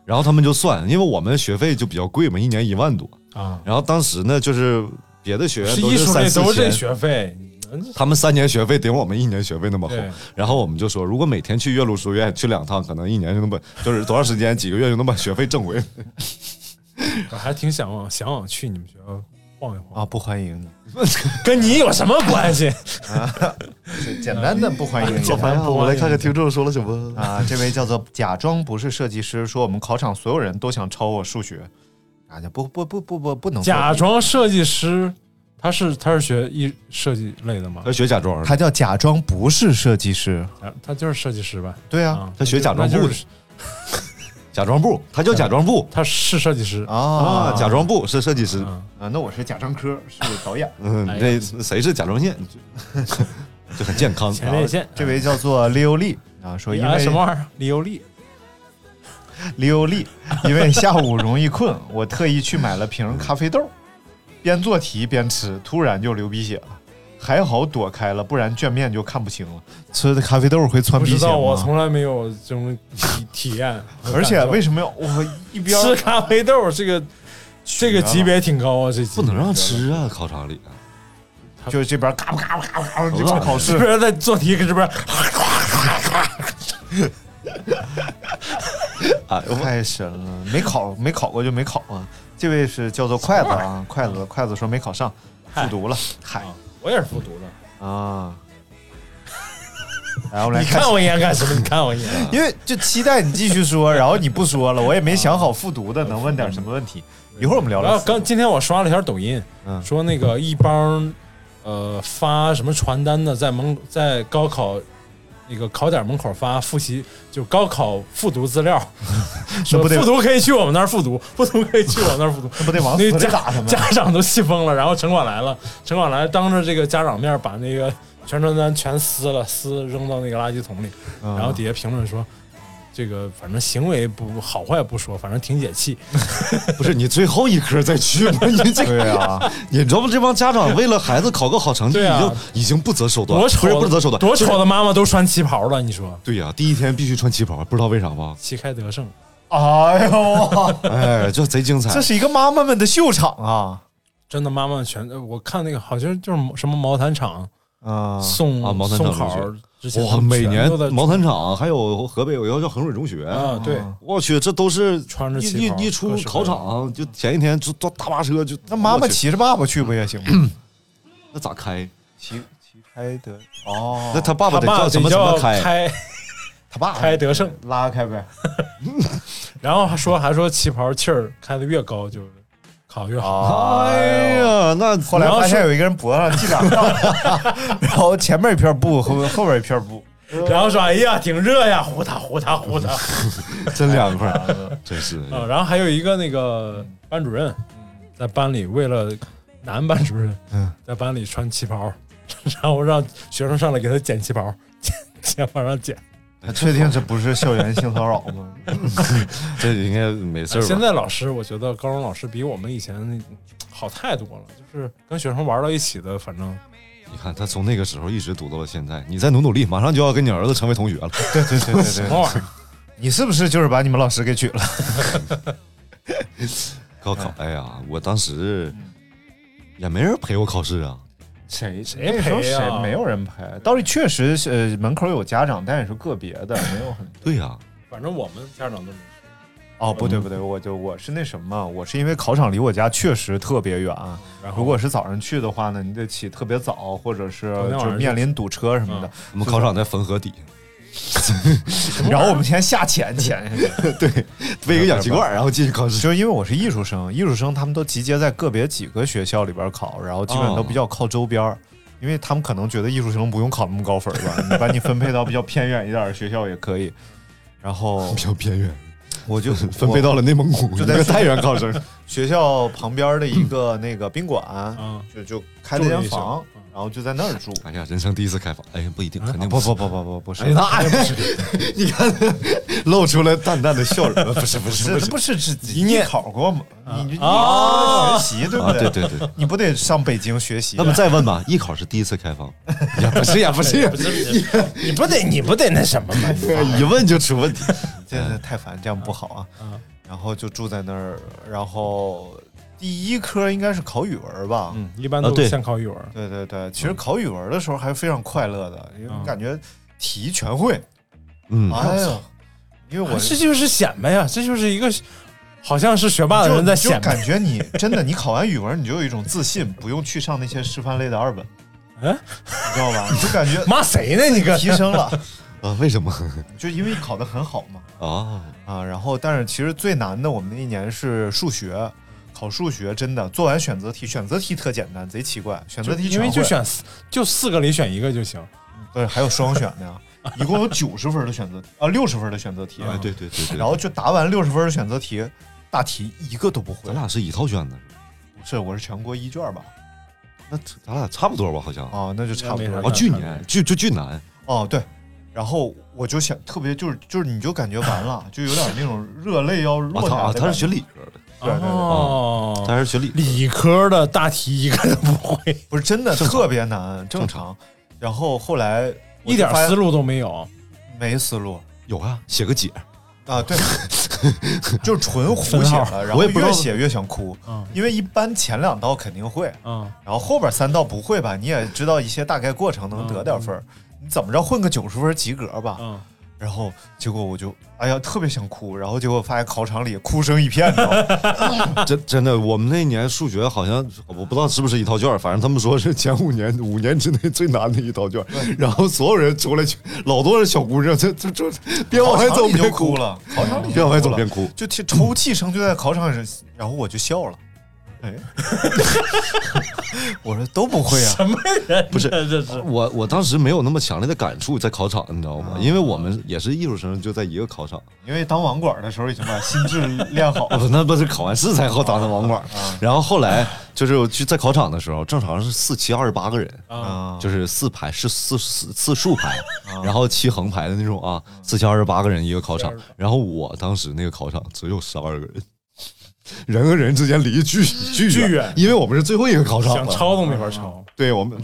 S9: 然后他们就算，因为我们学费就比较贵嘛，一年一万多
S10: 啊。
S9: 然后当时呢，就是别的学院
S10: 是
S9: 都
S10: 艺术类
S9: 三四
S10: 都是这
S9: 千，
S10: 学费，
S9: 他们三年学费顶我们一年学费那么厚
S10: 对。
S9: 然后我们就说，如果每天去岳麓书院去两趟，可能一年就能把就是多长时间几个月就能把学费挣回来。
S10: 我还挺想往想往去你们学校晃一晃
S3: 啊，，不欢迎你，
S10: 跟你有什么关系？
S3: 简单的不欢迎你。
S9: 我来看看听众说了什么。
S3: 啊，这位叫做假装不是设计师，说我们考场所有人都想抄我数学，啊，就不不不不不不能
S10: [LAUGHS] 假，装设计师，他是他是学艺设计类的吗
S9: 他？学假装的，
S3: 他叫假装不是设计师，
S10: 他他就是设计师呗。
S3: 对啊，
S10: 啊，
S9: 他学假装
S10: 那就
S9: 部
S10: 是，
S9: 假装部，他叫假装部
S10: 他是设计师。
S3: 啊
S9: 啊，假装部是设计师。
S10: 嗯哎
S3: 啊，那我是假装科，是导
S9: [LAUGHS]
S3: 演。
S9: 嗯，这谁是甲状腺？ [LAUGHS] 就就很健康。啊
S10: 前列腺，
S3: 这位叫做 Leo 利啊，说因
S10: 啊
S3: 为
S10: 什么玩意儿？李由利，
S3: Leo 利，因为下午容易困，我特意去买了瓶咖啡豆，边做题边吃，突然就流鼻血了。还好躲开了，不然卷面就看不清了。吃的咖啡豆会窜
S10: 不
S3: 鼻
S10: 知
S3: 血
S10: 道，我
S3: 吗？
S10: 从来没有这种体体验。
S3: 而且为什么要我一边
S10: 吃咖啡豆这个这个级别挺高啊？这
S9: 不能让吃啊，考场里啊
S3: 就这边嘎巴嘎巴嘎巴嘎巴这边考
S10: 是不
S3: 试，
S10: 是在做题？是不是？
S9: 哎呦
S3: 太神了！没考没考过就没考啊。这位是叫做筷子
S10: 嗯
S3: 啊，筷子筷子说没考上，复读了。嗨
S10: 我也是复读的。
S3: 啊，来我们来
S10: 你
S3: 看
S10: 看我一眼干什么？你看我一眼。
S3: [LAUGHS]
S10: 啊
S3: 因为就期待你继续说，然后你不说了，我也没想好复读的能问点什么问题。一会儿我们聊
S10: 然
S3: 聊
S10: 后
S3: 复读。
S10: 刚今天我刷了一条抖音，
S3: 嗯
S10: 说那个一帮呃发什么传单的，在门在高考那个考点门口发复习，就高考复读资
S3: [LAUGHS]
S10: 料，说
S3: 不得
S10: 复读可以去我们那儿复读， [LAUGHS] 复读可以去我们那
S3: [LAUGHS]
S10: 儿复读，
S3: 不得往死
S10: 那
S3: 里
S10: 家
S3: 打他们
S10: [LAUGHS] 家长都气疯了。然后城管来了，城管来当着这个家长面把那个全传单全撕了，撕扔到那个垃圾桶里，
S3: 嗯
S10: 然后底下评论说。这个反正行为不好坏不说，反正挺解气。
S9: 不是你最后一科再去
S10: [LAUGHS]
S9: 吗？你这
S3: 对啊，
S9: 你知道吗？这帮家长为了孩子考个好成绩，
S10: 对
S9: 已
S10: 啊
S9: 经已经不择手段，
S10: 多丑的，
S9: 不是不择手段，
S10: 多
S9: 就是
S10: 丑的妈妈都穿旗袍了，你说
S9: 对呀、第一天必须穿旗袍，不知道为啥吧？
S10: 旗开得胜，
S3: 哎呦，
S9: 哎，就贼精彩
S3: 这。是一个妈妈们的秀场啊！
S10: 真的妈妈全，呃我看那个好像就是什么毛毯厂
S3: 啊，
S10: 送
S9: 啊毛毯厂
S10: 送考之前，
S9: 哇，每年毛
S10: 毯
S9: 毯厂还有河北有一个叫衡水中学，
S10: 啊，对，
S9: 我去，这都是
S10: 穿着
S9: 一
S10: 旗袍
S9: 一一出
S10: 各式各
S9: 考
S10: 样
S9: 场就前一天就坐大巴车就
S3: 那妈
S9: 我
S3: 妈
S9: 去
S3: 骑着爸爸去不也行吗？
S9: 那咋开？
S3: 骑骑开得哦，
S9: 那他爸爸
S10: 他
S9: 得
S10: 爸
S9: 叫什么
S10: 得
S9: 什么
S10: 叫
S9: 开？
S10: 开
S3: 他爸
S10: 开得胜，
S3: 拉开呗。
S10: 然后还说还说旗袍气儿开得越高就是考越好，
S3: 哎
S9: 哎
S3: 呦。
S9: 呀，那
S3: 后来发现有一个人脖子上系两道，
S10: [LAUGHS]
S3: 然后前面一片布，后面后面一片布，
S10: [LAUGHS] 然后说哎呀挺热呀，呼他呼他呼他，
S9: 真凉快，真是
S10: 啊，然后还有一个那个班主任，在班里为了男班主任，在班里穿旗袍， [LAUGHS] 然后让学生上来给他剪旗袍， [LAUGHS] 剪剪往上剪。
S3: 确定这不是校园性骚扰吗？
S9: 这应该没事儿吧？
S10: 现在老师，我觉得高中老师比我们以前好太多了，就是跟学生玩到一起的，反正
S9: 你看他从那个时候一直读到了现在，你再努努力，马上就要跟你儿子成为同学了。
S3: 对对对对
S10: [LAUGHS] 什
S3: 对
S10: 么，玩意儿？
S3: 你是不是就是把你们老师给娶了？
S9: 高考，哎呀，我当时也没人陪我考试啊，
S3: 谁
S10: 谁
S3: 那时候
S10: 陪啊呀
S3: 谁没有人陪，倒是确实是呃门口有家长，但也是个别的，没有很。
S9: 对呀、
S10: 反正我们家长都没。
S3: 哦，不对不对，我就我是那什么，我是因为考场离我家确实特别远。啊
S10: 然后
S3: 如果是早上去的话呢，你得起特别早，或者是
S10: 昨天晚
S3: 就
S10: 上
S3: 面临堵车什么的。
S9: 我们考场在汾河底
S10: 嗯
S3: 然后我们先下潜潜下去。 [LAUGHS]
S9: 喂个氧气罐，然后进去考试。
S3: 就是因为我是艺术生，艺术生他们都集结在个别几个学校里边考，然后基本
S10: 哦
S3: 都比较靠周边儿，因为他们可能觉得艺术生不用考那么高分儿吧，你把你分配到比较偏远一点儿的学校也可以。然后
S10: [LAUGHS]
S9: 比较偏远，
S3: 我
S9: [LAUGHS]
S3: 就
S9: 分配到了内蒙古，
S3: 就在
S9: 一个
S3: 学
S9: [LAUGHS] 太原考生。
S3: [LAUGHS] 学校旁边的一个那个宾馆，
S10: 嗯
S3: 就就开了
S10: 住了
S3: 间
S10: 一宿
S3: 房，然后就在那儿
S9: [LAUGHS]
S3: 住。
S9: 哎呀，人生第一次开房，哎呀，不一定，肯定
S3: 不
S9: 是
S3: 不。不不不不是
S9: 哎，那 [LAUGHS] 你看， [LAUGHS] 露出了淡淡的笑
S3: [LAUGHS]
S9: 容。 [LAUGHS] 不是不是
S3: 这这
S9: 不是
S3: 不是这一念考过吗？你你
S10: 啊
S3: 你学习对不
S9: 啊，对
S3: 对？
S9: 对对。
S3: 你不得上北京学习啊 [LAUGHS]
S9: 那？么再问吧，艺考是第一次开放，也不是也
S10: [LAUGHS]
S9: 不是，
S10: 你不得你不得那什么吗？
S3: 哎
S9: 一问就出
S3: [LAUGHS]
S9: 问题。嗯
S3: 真的太烦，这样不好啊。然后就住在那儿，然后第一科应该是考语文吧？
S10: 嗯，一般
S2: 啊
S10: 都
S2: 对
S10: 是先考语文。
S3: 对对对，其
S9: 嗯
S3: 实考语文的时候还是非常快乐的，因为感觉题全会。
S2: 嗯，
S9: 啊
S3: 哎呀，因为我
S10: 这就是显摆呀，这就是一个好像是学霸的
S3: 就
S10: 人在
S3: 就
S10: 显摆。
S3: 感觉你真的，你考完语文，你就有一种自信，不用去上那些师范类的二本，
S10: 嗯
S3: 你知道
S10: [LAUGHS]
S3: 吧？你就感觉
S10: 骂谁呢？你个
S3: 提升了，
S9: 啊？为什么？
S3: 就因为考得很好嘛。
S9: [LAUGHS] 哦，
S3: 啊，然后但是其实最难的，我们那一年是数学，考数学真的做完选择题，选择题特简单，贼奇怪，选择题
S10: 因为
S3: 全
S10: 就
S3: 会
S10: 选四就四个里选一个就行。
S3: 对，还有双选的呀，一共有九十分的选择题啊， [LAUGHS] 六十分的选择题，
S9: 哎，对对对对，
S3: 然后就答完六十分的选择题，大题一个都不会
S9: 咱。俩是一套卷子，
S3: 不是，我是全国一卷吧？
S9: 那咱俩差不多吧？好像
S3: 啊，那就差不
S10: 那
S3: 多
S10: 没啥
S3: 了
S9: 啊，
S10: 感。
S9: 巨难，就啊就巨难，
S3: 哦，对。然后我就想，特别就是就是，你就感觉完了，就有点那种热泪要
S9: 我
S3: 落
S9: 操
S3: 下来
S9: 啊！
S3: 的
S9: 他
S3: 感
S9: 是
S3: 觉。
S9: 学理科的，
S3: 对对对
S10: 哦，
S9: 他是学理科的
S10: 理科的大题一个都不会，
S3: 不是真的
S9: 正常
S3: 特别难，正常。然后后来我就
S10: 一点
S3: 发现
S10: 思路都没有。
S3: 没思路
S9: 有啊，写个解，
S3: 啊，
S9: [LAUGHS]
S3: 对，就是纯胡
S10: 分
S3: 写
S10: 号
S3: 的，然
S9: 我
S3: 后
S9: 也不知道
S3: 越写越想哭，
S10: 嗯
S3: 因为一般前两道肯定会，
S10: 嗯，
S3: 然后后边三道不会吧，你也知道一些大概过程，能得点分儿，你怎么着混个九十分及格吧。
S10: 嗯，
S3: 然后结果我就哎呀特别想哭，然后结果发现考场里哭声一片，你知道
S9: [LAUGHS]
S3: 吗
S9: 真真的，我们那年数学好像我不知道是不是一套卷儿，反正他们说是前五年五年之内最难的一套卷儿。然后所有人出来去，老多人小姑娘，这这这边往外
S3: 考
S9: 走
S3: 场里就
S9: 边
S3: 哭，了，考场里就
S9: 边往外
S3: 哭
S9: 走
S3: 了
S9: 边哭。
S3: 就听抽泣声就在考场上，然后我就笑了。哎， [LAUGHS] 我说都不会啊，[LAUGHS]
S9: 不是
S10: 这是
S9: 我我当时没有那么强烈的感触在考场，你知道
S3: 啊
S9: 吗？因为我们也是艺术生，就在一个考场。
S3: 因为当网管的时候已经把心智练
S9: [LAUGHS]
S3: 好
S10: [LAUGHS]
S9: 啊
S3: 了。
S9: 不，那不是考完试才好当的网管。然后后来就是我去在考场的时候，正常是四七二十八个人，
S3: 啊
S9: 就是四排是四四四竖排，然后七横排的那种啊，四千二十八个人一个考场，然后我当时那个考场只有十二个人，人和人之间离巨巨
S10: 巨
S9: 远
S10: 远，
S9: 因为我们是最后一个考场
S10: 想
S9: 嘛，
S10: 抄都没
S3: 嗯
S10: 法抄。
S9: 对我们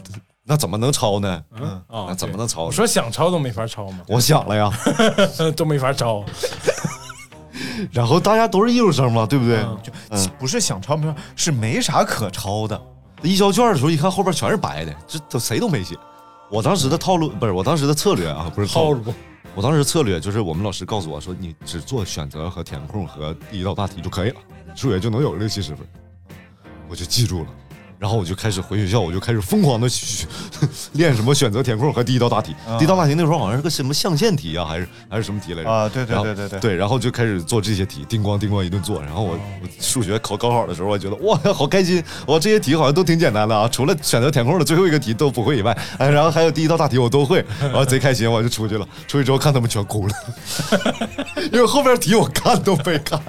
S9: 那怎么能抄呢？
S10: 嗯，
S9: 那
S10: 啊，
S9: 怎么
S10: 对
S9: 能抄
S10: 我
S9: 呢？
S10: 说想抄都没法抄嘛，
S9: 我想了呀，
S10: [LAUGHS] 都没法
S3: [LAUGHS]
S10: 抄。
S9: 然后大家都是艺术生嘛，对不对？
S3: 就嗯不是想抄没抄，是没啥可抄的。
S9: 一交卷的时候，一看后边全是白的，这都谁都没写。我当时的套路不是我当时的策略啊，不是
S10: 套 [LAUGHS]
S9: 套
S10: 路，
S9: 我当时策略就是，我们老师告诉我说，你只做选择和填空和第一道大题就可以了，数学就能有六七十分。我就记住了，然后我就开始回学校，我就开始疯狂的练什么选择填空和第一道大题。
S3: 嗯
S9: 第一道大题那时候好像是个什么象限题啊，还是还是什么题来着？
S3: 啊对对
S9: 然后
S3: 对对对
S9: 对，然后就开始做这些题，叮咣叮咣一顿做。然后我我数学考高考的时候，我觉得哇，好开心！我这些题好像都挺简单的啊，除了选择填空的最后一个题都不会以外，哎，然后还有第一道大题我都会，然后贼开心，我就出去了。出去之后看他们全哭了， [LAUGHS] 因为后边题我看都没看。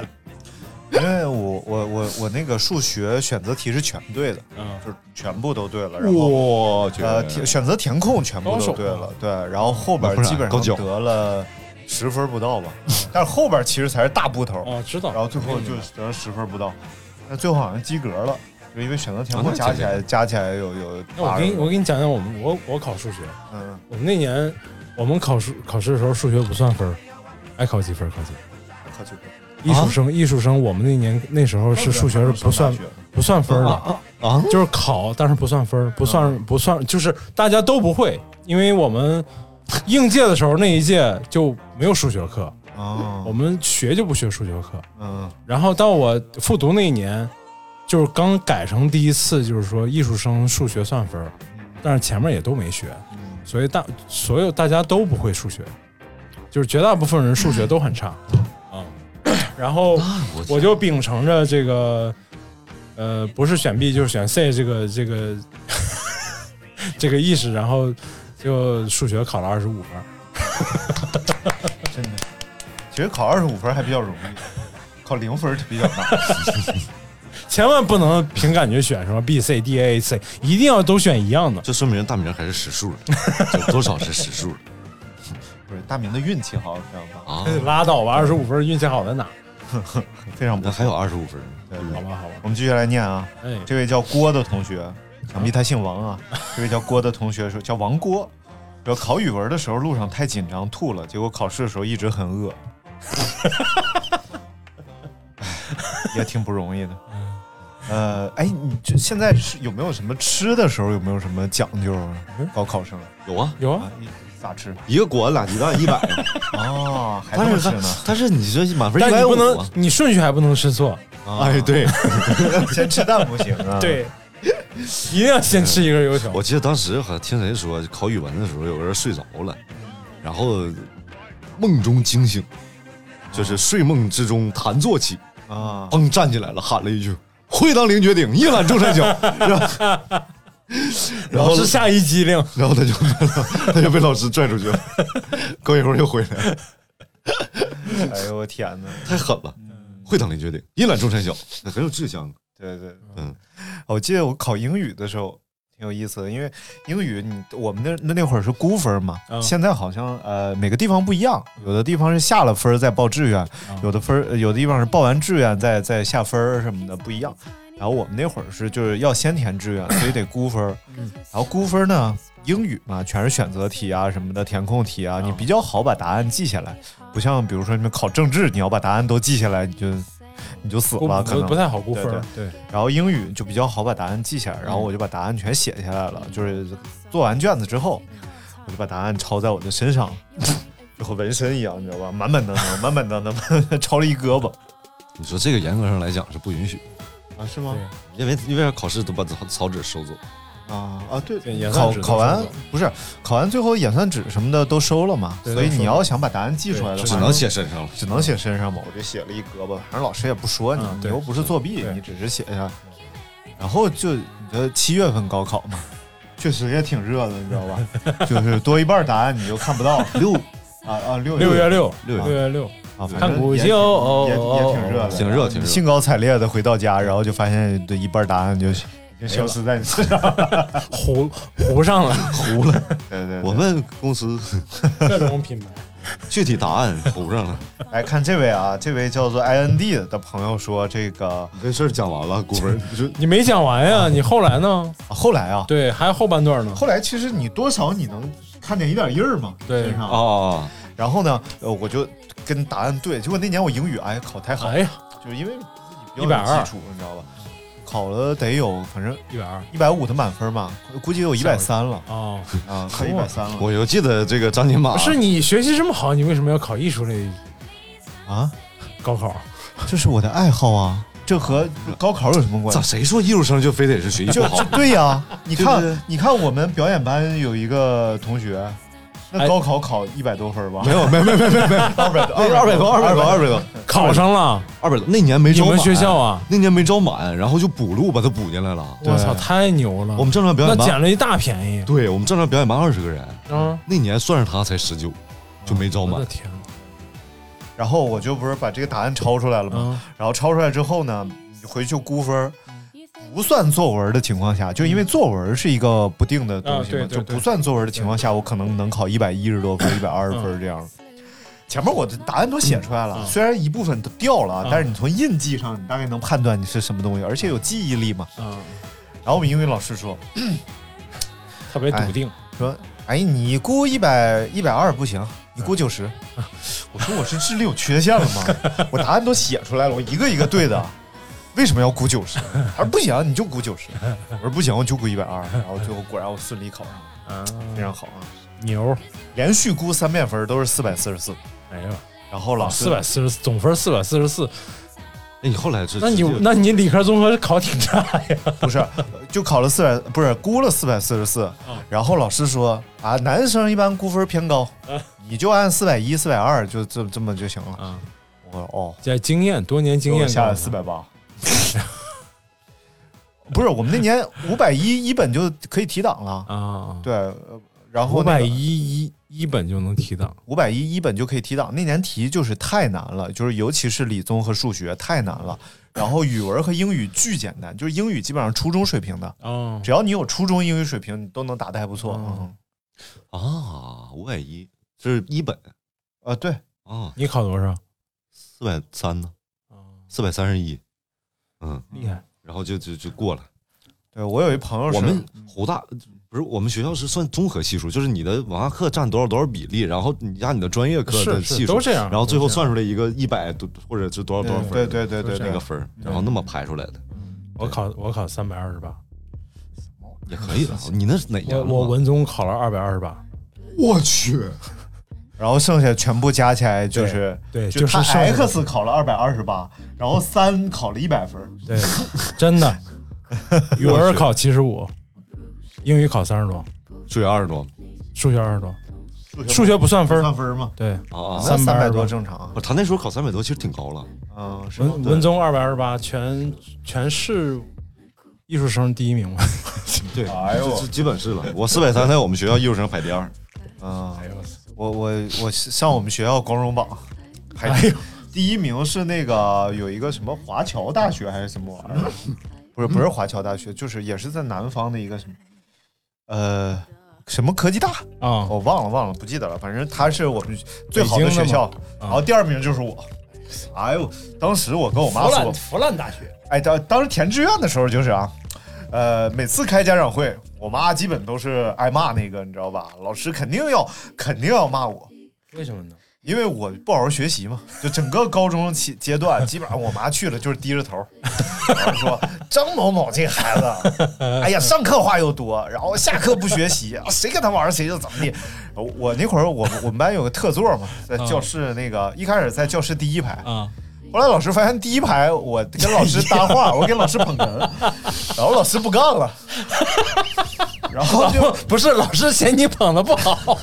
S3: 因为我我我我那个数学选择题是全对的，
S10: 嗯
S3: 就是全部都对了，然后
S9: 我去
S3: 呃填选择填空全部
S10: 高手
S3: 都
S10: 啊
S3: 对了，对，然后后边
S9: 不然
S3: 基本
S9: 高
S3: 上
S9: 教
S3: 得了十分不到
S9: [LAUGHS]
S3: 吧，但是后边其实才是大部头，
S10: 哦，知道。
S3: 然后最后就得了十分不到，那最后好像及格了，就因为选择填
S9: 啊
S3: 空
S9: 那
S3: 加起
S9: 简
S3: 来加起来有有
S10: 那我
S3: 八
S10: 给
S3: 十
S10: 你，
S3: 分，
S10: 我给你讲讲我们我我考数学，
S3: 嗯，
S10: 我们那年我们考数考试的时候数学不算分儿，爱考几分儿考几分儿。
S3: 啊考及格。
S10: 艺术生艺术生，我们那年那时候是数学是不算不算分儿的，
S9: 啊，
S10: 就是考，但是不算分儿，不算、不算，就是大家都不会，因为我们应届的时候那一届就没有数学课，
S3: 啊
S10: 我，们学就不学数学课。
S3: 嗯
S10: 然后到我复读那一年，就是刚改成第一次，就是说艺术生数学算分儿，但是前面也都没学，所以大所有大家都不会数学，就是绝大部分人数学都很差啊、 [COUGHS] 然后我就秉承着这个，呃，不是选 B 就是选 C 这个这个 [LAUGHS] 这个意识，然后就数学考了二十五分儿。
S3: 真的，其实考二十五分还比较容易，考零分就比 [LAUGHS] 较难。
S10: 千万不能凭感觉选什么 B、C、D、A、C，一定要都选一样的。
S9: 这说明大明还是实数的，就多少是实数的
S3: 不是大明的运气好，知道吧？
S9: 啊。
S10: [LAUGHS] 拉倒吧，二十五分运气好在哪？
S3: 非常不
S9: [LAUGHS] 那
S3: 错。
S9: 还有二十五分，
S10: 好吧，好吧，
S3: 我们继续来念啊，
S10: 哎，
S3: 这位叫郭的同学，想必他姓王啊。这位叫郭的同学说，叫王郭，说考语文的时候路上太紧张吐了，结果考试的时候一直很饿， [LAUGHS] 唉也挺不容易的。呃，哎，你这现在是有没有什么吃的时候有没有什么讲究啊？高考生
S9: 有啊，
S10: 有啊
S3: 啊，，你咋吃？
S9: 一个果俩鸡蛋一百，
S3: 哦，还这
S9: [LAUGHS] 但
S3: 么
S9: 是
S3: 吃
S9: 他
S3: 呢？
S9: 但是你这满分
S10: 但
S9: 一
S10: 是你
S9: 百五啊
S10: 不，能，你顺序还不能吃错，
S9: [LAUGHS] 哎，对， [LAUGHS]
S3: [LAUGHS] 先吃蛋不行啊？，，
S10: [LAUGHS] 一定要先吃一根油条。
S9: 我记得当时好像听谁说，考语文的时候有个人睡着了，然后梦中惊醒，就是睡梦之中弹坐起，
S3: 啊，
S9: 砰站起来了，喊了一句：“会当凌绝顶，一览众山小。” [LAUGHS] 然后，然后
S10: 老师下一机灵，
S9: 然后他就 [LAUGHS] 他就被老师拽出去了，过一会儿又回来了，
S3: 哎呦我天哪！
S9: 太狠了。
S10: 嗯
S9: 会当凌绝顶，一览众山小，很有志向。啊
S3: 对对，
S9: 嗯，
S3: 我记得我考英语的时候挺有意思的，因为英语你我们那那那会儿是估分嘛，
S10: 嗯
S3: 现在好像呃每个地方不一样，有的地方是下了分儿再报志愿，
S10: 嗯
S3: 有的分儿呃有的地方是报完志愿再再下分儿什么的不一样。然后我们那会儿是就是要先填志愿，所以得估分儿，
S10: 嗯
S3: 然后估分儿呢。英语嘛，全是选择题啊什么的，填空题
S10: 嗯
S3: 啊，你比较好把答案记下来，不像比如说你们考政治，你要把答案都记下来，你就你就死
S10: 不
S3: 了，可
S10: 不
S3: 能
S10: 不太好估分儿。对，
S3: 然后英语就比较好把答案记下
S10: 嗯
S3: 来，然后我就把答案全写下来了。就是做完卷子之后，我就把答案抄在我的身上， [LAUGHS] 就和纹身一样，你知道吧？满满当当， [LAUGHS] 满满当当，满满当当抄了一胳膊
S9: 你说这个严格上来讲是不允许，
S3: 啊？是吗？
S9: 因为因为啥考试都把草草纸收走，
S3: 啊啊，对，
S10: 对也算
S3: 考
S10: 是
S3: 考完
S10: 都收走
S3: 不是考完最后演算纸什么的都收了嘛，
S10: 对
S3: 所以
S10: 都收
S3: 你
S10: 了
S3: 要想把答案记出来的话，
S9: 只能写身上了。
S3: 只能写身上嘛，我就写了一胳膊，反正老师也不说你，
S10: 嗯
S3: 你
S10: 对
S3: 又不是作弊，
S10: 对
S3: 你只是写一下。然后就你这七月份高考嘛，确实也挺热的，你知道
S10: [LAUGHS]
S3: 吧？就是多一半答案你就看不到
S9: 六
S3: 啊啊！六
S10: 六月六，
S9: 六月
S10: 六月六，
S3: 啊，反
S10: 看
S3: 正
S10: 古
S3: 也
S10: 旧，哦
S3: 也也挺热的，
S9: 挺热挺热
S3: 兴高采烈的回到家，然后就发现这一半答案就已经消失在你身上了。
S10: 糊糊上了，
S9: 糊了。
S3: 对对，对
S9: 我问公司
S10: [LAUGHS]
S9: [LAUGHS]
S10: 各种品牌。
S9: 具体答案糊上了。 [LAUGHS]
S3: 来看这位啊，这位叫做 IND 的朋友说，这个
S9: 你这事儿讲完了，估分儿就
S10: 你没讲完呀？你后来呢？
S3: 啊后来啊，
S10: 对，还有后半段呢。
S3: 后来其实你多少你能看见一点印儿嘛，
S10: 对
S3: 身上
S9: 啊，
S3: 然后呢，呃，我就跟答案对，结果那年我英语哎考太好，
S10: 哎呀，
S3: 就是因为自己比较有基础，你知道吧？考了得有反正
S10: 一百二
S3: 一百五的满分吧，估计有一百三了
S10: 哦，
S3: 啊，快一百三了
S9: 我就记得这个张金马
S10: 不是你学习这么好，你为什么要考艺术类
S3: 啊！
S10: 高考？
S3: 这是我的爱好啊，这和高考有什么关
S9: 咋
S3: 系？
S9: 谁说艺术生就非得是学艺术
S3: 就
S9: 好
S3: 就？对呀、
S9: [LAUGHS]
S3: 你
S9: 对对对
S3: 看，你看我们表演班有一个同学，那高考考一百多分吧？
S9: 哎没有，没有，没有，没有，
S3: [LAUGHS]
S9: 没有，二百多，二百多，二百多，二百多，
S10: 考上了，
S9: 二百多。那年没
S10: 你
S9: 招满，
S10: 们学校啊？
S9: 那年没招满，然后就补录把他补进来了。
S10: 我操，太牛了！
S9: 我们正常表
S10: 那
S9: 演
S10: 捡
S9: 班，
S10: 了一大便宜
S9: 对我们正常表演班二十个人，
S10: 啊！
S9: 那年算是他才十九，就没招
S10: 我
S9: 满
S10: 的。天哪！
S3: 然后我就不是把这个答案抄出来了吗？
S10: 嗯
S3: 然后抄出来之后呢，你回去估分儿，不算作文的情况下，就因为作文是一个不定的东西嘛，
S10: 啊对对
S3: 就不算作文的情况下，我可能能考一百一十多分、一百二十分
S10: 嗯
S3: 这样。前面我的答案都写出来了，虽然一部分都掉
S10: 嗯
S3: 了，但是你从印记上，你大概能判断你是什么东西，而且有记忆力嘛。
S10: 啊，
S3: 然后我们英语老师说
S10: 特别笃定，
S3: 说，哎，你估一百一百二不行，你估九十。 [LAUGHS] 我说我是智力有缺陷了吗？ [LAUGHS] 我答案都写出来了，我一个一个对的，为什么要估九十？他说不行，你就估九十。我说不行，我就估一百二。然后最后果然我顺利考上了，
S10: 啊，
S3: 非常好啊！
S10: 牛！
S3: 连续估三遍分都是四百四十四，
S10: 哎呀，
S3: 然后老师
S10: 四百四十总分四百四十四，
S9: 那你后来这，
S10: 那你那你理科综合考挺差呀？ [LAUGHS]
S3: 不是就考了四百，不是估了四百四十四。
S10: 哦
S3: 然后老师说啊，男生一般估分偏高，
S10: 嗯
S3: 你就按四百一、四百二就这这么就行了。
S10: 啊，
S3: 我说哦，
S10: 这经验，多年经
S3: 给我
S10: 验
S3: 下
S10: 告
S3: 了
S10: 诉
S3: 四
S10: 我
S3: 百八。 [LAUGHS] 不是，我们那年五百一一本就可以提档了。
S10: 啊，
S3: 对，呃然后
S10: 五百一一一本就能提档，
S3: 五百一一本就可以提档。那年题就是太难了，就是尤其是理综和数学太难了，然后语文和英语巨简单，就是英语基本上初中水平的，
S10: 哦，
S3: 只要你有初中英语水平，你都能答得还不错。
S10: 嗯
S3: 嗯，
S9: 啊，五百一，这是一本
S3: 啊，对，
S9: 啊，
S10: 你考多少？
S9: 四百三呢，
S10: 啊，
S9: 四百三十一，嗯，
S10: 厉害！
S9: 然后就就就过了。
S3: 对我有一朋友是，
S9: 我们湖大不是我们学校是算综合系数，就是你的文化课占多少多少比例，然后你按你的专业课的
S10: 是
S9: 系
S10: 是
S9: 数，
S10: 都这样，
S9: 然后最后
S10: 都这样
S9: 算出来一个一百多或者是多少多少分
S3: 对
S9: 儿
S3: 对对对
S10: 都
S3: 对
S10: 是
S9: 那
S3: 对
S9: 个，分儿，然后那么排出来的。
S10: 我考我考三百二十八，
S9: 也可以的。你那是哪年啊
S10: 我
S9: 了
S10: 我文综考了二百二十 [LAUGHS] 八，
S9: 我去，
S3: 然后剩下全部加起来就是，
S10: 对对
S3: 就
S10: 就是剩
S3: 他
S10: 下的
S3: X 考了二百二十八，然后三考了一百分，
S10: 对，真的，语文考七十五，英语考三十多，
S9: 数学二十多
S10: 数学二十多，数学不算分
S3: 算
S10: 儿，
S3: 分吗？
S10: 对，
S9: 啊
S3: 那
S10: 320
S3: 三百多正常。
S9: 他那时候考三百多，其实挺高了。
S3: 嗯，是吗
S10: 文文综二百二十八，全全市艺术生第一名嘛， [LAUGHS]
S9: 对，
S3: 哎呦
S9: 这这基本是了。我四百三，在我们学校艺术生排第二。
S3: 嗯，我我我上我们学校光荣榜，还第一名是那个有一个什么华侨大学还是什么玩 [LAUGHS] 意儿，不是不是华侨大学，就是也是在南方的一个什么，呃，什么科技大，
S10: 啊，
S3: 我哦忘了忘了不记得了，反正他是我们最好
S10: 北京的
S3: 学校，
S10: 啊
S3: 然后第二名就是我。哎呦，当时我跟我妈说，
S10: 弗兰大学，
S3: 哎，当当时填志愿的时候就是啊，呃，每次开家长会，我妈基本都是挨骂那个，你知道吧？老师肯定要肯定要骂我，
S10: 为什么呢？
S3: 因为我不好好学习嘛。就整个高中期阶段，基本上我妈去了就是低着头，然后说张某某这孩子，哎呀，上课话又多，然后下课不学习，啊谁跟他玩儿谁就怎么地。我那会儿我我们班有个特座嘛，在教室那个一开始在教室第一排
S10: 啊，
S3: 后来老师发现第一排我跟老师搭话，我给老师捧哏，然后老师不干了，然后就
S10: 不是 [LAUGHS] 老师嫌你捧的不好，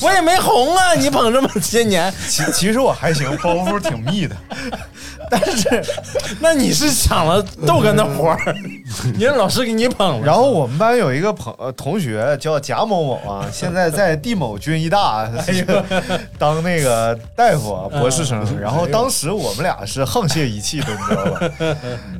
S10: 我也没红啊，你捧这么些年，
S3: 其其实我还行，包袱挺密的，但是
S10: 那你是抢了逗哏的活儿，你让老师给你捧了，
S3: 然后我们班有一个朋呃同学叫贾某某啊，现在在地某军医大 [LAUGHS] 当那个大夫啊博士生。然后当时我们俩是沆瀣一气的，你知道吧？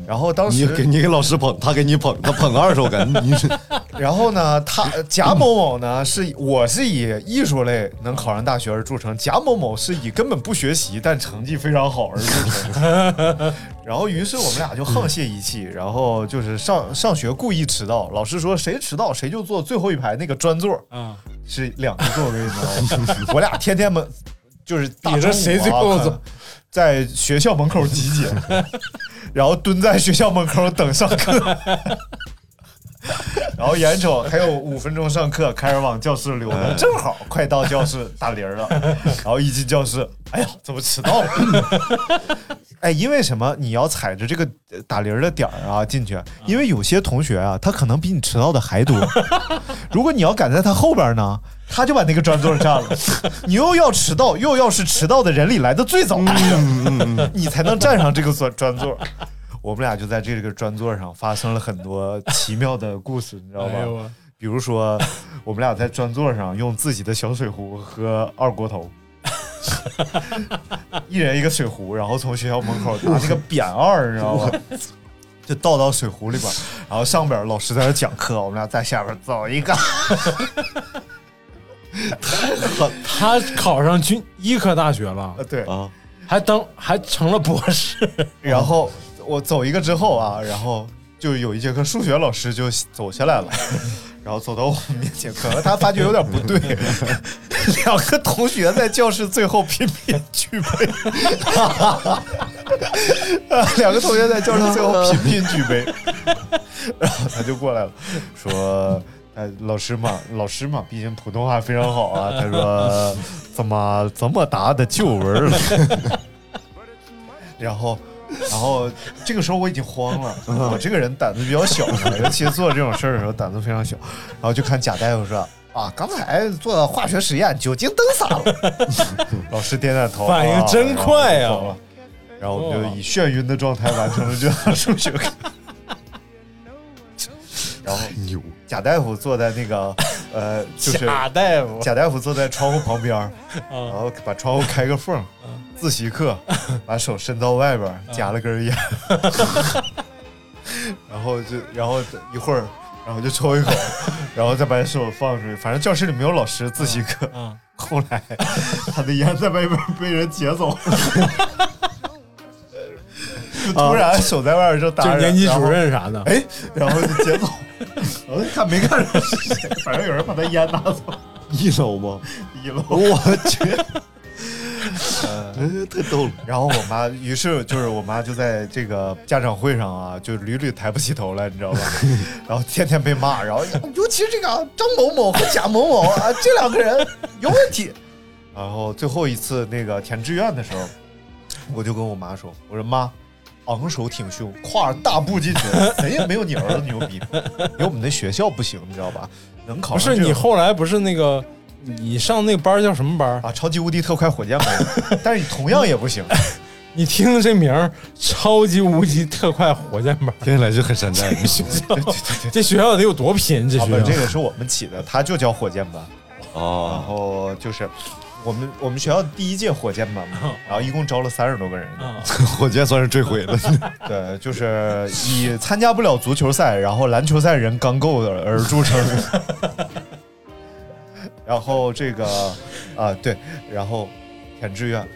S3: 然后当
S9: 你给
S3: 时，
S9: 你给老师捧，他给你捧，他捧个二十，我感觉你是
S3: [LAUGHS] 然后呢，他呃贾某某呢是我是以艺术类能考上大学而著称，贾某某是以根本不学习但成绩非常好而著称。
S10: [LAUGHS]
S3: 然后于是我们俩就沆瀣一气，然后就是上上学故意迟到，老师说谁迟到谁就坐最后一排那个专座。
S10: 啊，
S3: 是两个座
S10: [LAUGHS]
S3: 位，你知道吗？我俩天天们就是大中午啊
S10: 比着谁最后走，
S3: 在学校门口集结，
S10: [LAUGHS]
S3: 然后蹲在学校门口等上课，然后眼瞅还有五分钟上课，开始往教室溜达，正好快到教室打铃儿了，然后一进教室，哎呀，怎么迟到了？ [COUGHS] 哎，因为什么？你要踩着这个呃打铃儿的点儿啊进去，因为有些同学啊，他可能比你迟到的还多。如果你要赶在他后边呢，他就把那个专座占了。
S10: [LAUGHS]
S3: 你又要迟到，又要是迟到的人里来的最早，
S10: 嗯
S3: [LAUGHS] 你才能占上这个专专座。我们俩就在这个专座上发生了很多奇妙的故事，你知道吧？
S10: 哎呦我
S3: 比如说，我们俩在专座上用自己的小水壶喝二锅头， [LAUGHS] 一人一个水壶，然后从学校门口拿那个扁二，你知道
S10: [LAUGHS]
S3: 吗？就倒到水壶里边，然后上边老师在那讲课，我们俩在下边走一个。
S10: 他考上军医科大学了，
S3: 对，
S9: 啊，
S10: 还当还成了博士，
S3: 然后我走一个之后啊，然后就有一节课数学老师就走下来了。然后走到我们面前，可能他发觉有点不对， [LAUGHS] 两个同学在教室最后频频举杯，啊 [LAUGHS] 两个同学在教室最后频频举杯，然后他就过来了，说：“哎，老师嘛，老师嘛，毕竟普通话非常好啊。”他说：“怎么这么大的旧文了？” [LAUGHS] 然后，然后这个时候我已经慌了，我这个人胆子比较小嘛，尤其做这种事儿的时候胆子非常小。然后就看贾大夫说。啊，刚才做化学实验，酒精灯洒了。
S10: [LAUGHS]
S3: 老师点点头，
S10: 反应
S3: 啊
S10: 真快呀
S3: 然后就走了然后我们就以眩晕的状态完成了这堂数学课。然后
S9: 牛
S3: 贾大夫坐在那个呃，
S10: [LAUGHS]
S3: 就是
S10: 假嗯大夫，
S3: 贾大夫坐在窗户旁边儿， [LAUGHS] 然后把窗户开个缝儿，
S10: 嗯
S3: [LAUGHS] 自习
S10: [LAUGHS]
S3: 课，把手伸到外边儿夹了根烟， [LAUGHS] 然后就然后一会儿，然后就抽一
S10: [LAUGHS]
S3: 口，然后再把手放出去。反正教室里没有老师，自习课。
S10: 嗯
S3: 后来他的烟在外边儿被人劫走了。
S10: [LAUGHS]
S3: 就突然手在外边儿就打
S10: 就
S3: 着，
S10: 年级
S3: 然
S10: 主
S3: 后
S10: 任啥的，
S3: 哎，然后就劫走， [LAUGHS] 我就看没看着是谁，反正有人把他烟拿走， [LAUGHS]
S9: 一楼吗？
S3: 一楼。
S9: 我去，
S3: 呃
S9: 太逗了。
S3: 然后我妈，于是就是我妈就在这个家长会上啊，就屡屡抬不起头来，你知道吧？然后天天被骂，然后尤其是这个啊张某某和贾某某啊，这两个人有问题。然后最后一次那个填志愿的时候，我就跟我妈说：“我说妈，昂首挺胸，跨着大步进去，谁也没有你儿子牛逼，因为我们那学校不行，你知道吧？能考
S10: 不
S3: 上
S10: 是
S3: 这种
S10: 你后来不是那个你上那个班儿叫什么班儿？
S3: 啊，超级无敌特快火箭没有， [LAUGHS] 但是你同样也不行。”
S10: 你听这名儿，超级无敌特快火箭班儿，
S9: [LAUGHS] 听起来就很
S3: [LAUGHS]
S9: 山寨。
S10: 这学校得有多贫？这
S3: 啊，
S10: 学
S3: 不，
S10: 校
S3: 这个是我们起的，它就叫火箭班。然
S9: 哦，
S3: 后就是我们我们学校第一届火箭班
S10: 哦
S3: 嘛，然后一共招了三十多个人。
S9: [LAUGHS] 火箭算是坠毁了。
S3: [LAUGHS] 对，就是以参加不了足球赛，然后篮球赛人刚够的而著称。 [LAUGHS] 然后这个啊，对，然后填志愿，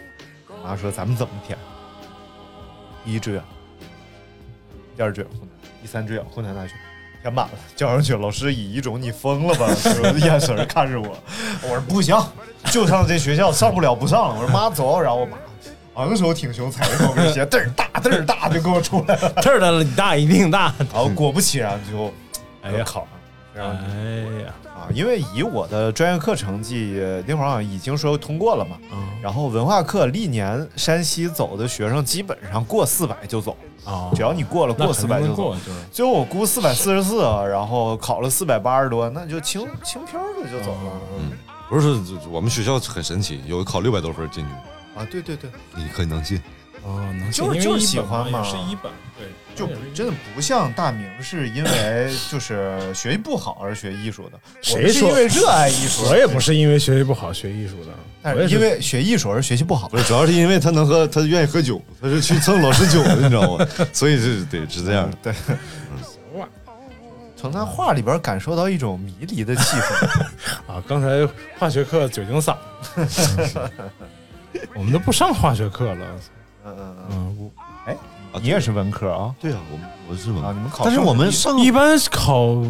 S3: 我妈说咱们怎么填？第一志愿，第二志愿湖南，第三志愿湖南大学，填满了，交上去。老师以一种你疯了吧就是 [LAUGHS] 眼神儿看着我，我说不行，就上这学校，上不了不上了。我说妈走，然后我妈昂首挺胸，踩着高跟鞋，嘚儿大嘚儿大就给我出来了。
S10: 这儿的你大一定大。
S3: [LAUGHS] 然后果不其然，最后
S10: 哎呀
S3: 考上了。非常
S10: 哎呀，
S3: 啊，因为以我的专业课成绩，那会儿好像已经说通过了嘛。
S10: 嗯
S3: 然后文化课历年山西走的学生基本上过四百就走，
S10: 哦
S3: 只要你过了
S10: 那
S3: 过四
S10: 肯定
S3: 百
S10: 能
S3: 就走
S10: 过。就是
S3: 最后我估四百四十四，啊然后考了四百八十多，那就轻轻飘的就走了。
S9: 不是，我们学校很神奇，有考六百多分进去，
S3: 啊，对对对，
S9: 你很能进。
S10: 哦，能
S3: 就是
S10: 因
S3: 就是
S10: 为一本
S3: 喜欢嘛
S10: 也是一本，对，
S3: 就
S10: 也是一
S3: 真的不像大明是因为就是学习不好而学艺术的，我
S10: 谁
S3: 们是
S10: 说
S3: 因为热爱艺术？
S10: 我也不，是因为学习不好学艺术的，
S3: 但
S10: 我也
S3: 是
S10: 是
S3: 因为学艺术而学习不好
S9: 不。是，主要是因为他能喝，他愿意喝酒，他是去蹭老师酒的，你知道吗？ [LAUGHS] 所以是得是这样的。
S3: 对，从他画里边感受到一种迷离的气氛。
S10: 啊，刚才化学课酒
S3: [LAUGHS]
S10: 精嗓，我们都不上化学课了。
S3: 嗯嗯嗯，
S10: 嗯，我
S3: 你也是文科啊？
S9: 对啊，我们我是文
S3: 啊，
S9: 科，
S3: 你们考
S9: 但是我们上
S10: 一般考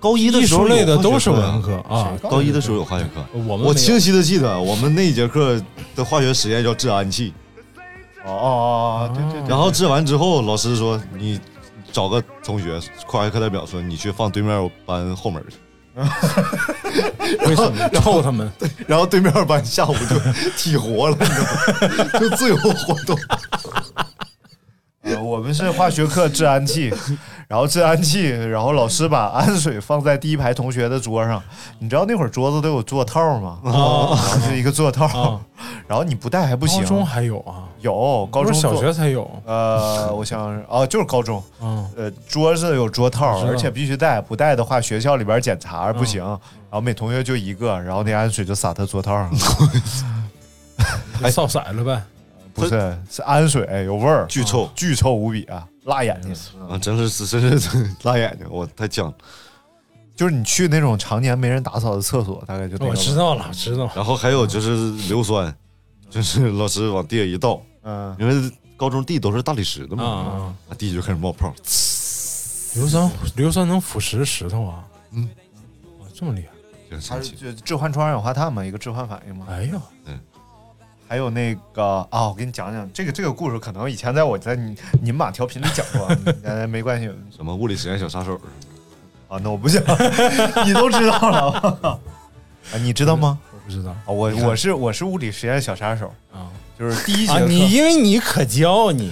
S9: 高一
S10: 艺
S9: 的时候
S10: 术
S9: 有
S10: 类的
S9: 化学
S10: 都是
S9: 课呀
S10: 文科啊，
S9: 高一的时候有化学课，
S10: 我们
S9: 我
S10: 没有
S9: 清晰的记得我们那一节课的化学实验叫制氨气，
S3: 哦哦
S9: 啊
S3: 哦，对对对，
S9: 然后制完之后，老师说你找个同学，化学课代表说你去放对面班后门去，
S10: 为什么臭他们？
S9: 然后对面班下午就 [LAUGHS] 体活了，你知道 [LAUGHS] 吗？就自由活动。
S3: [LAUGHS] 呃我们是化学课制氨气，然后制氨气，然后老师把氨水放在第一排同学的桌上，你知道那会儿桌子都有座套吗？然后就一个座套
S10: 啊，
S3: 然后你不戴还不行
S10: 哦高，中还有啊，
S3: 有高中
S10: 不是小
S3: 座
S10: 学才有。
S3: 呃，我想想哦，就是高中，
S10: 嗯，
S3: 呃，桌子有桌套，
S10: 道
S3: 而且必须带，不带的话学校里边检查
S10: 嗯
S3: 不行。然后每同学就一个，然后那氨水就洒他桌套上，
S10: [LAUGHS] 就扫色了呗。
S3: 不是是氨水哎有味儿，
S9: 巨臭
S3: 巨臭无比啊，辣眼睛。
S10: 嗯
S9: 啊，真是真是 [LAUGHS] 辣眼睛，我太犟了。
S3: 就是你去那种常年没人打扫的厕所，大概就那个味儿
S10: 我知，道了，我知道了。
S9: 然后还有就是硫酸，就是老师往地下一倒，
S3: 嗯，
S9: 因为高中地都是大理石的嘛，
S10: 啊啊
S9: 啊地就开始冒泡。
S10: 硫酸，硫酸能腐蚀石头啊？
S9: 嗯，
S10: 哇，这么厉害！
S9: 就很
S3: 它
S9: 神
S3: 是
S9: 奇。
S3: 就置换双氧化碳嘛，一个置换反应嘛。
S10: 哎呦，
S3: 还有那个啊，我给你讲讲这个这个故事，可能以前在我在你你们俩调频里讲过，嗯没关系
S9: 什么物理实验小杀手？
S3: 啊，那我不讲， [LAUGHS] 你都知道了 [LAUGHS] 啊，你知道吗？
S10: 我不知道
S3: 啊，我我是我是物理实验小杀手，
S10: 啊
S3: 就是第一节
S10: 啊！
S3: 课，
S10: 你因为你可教你，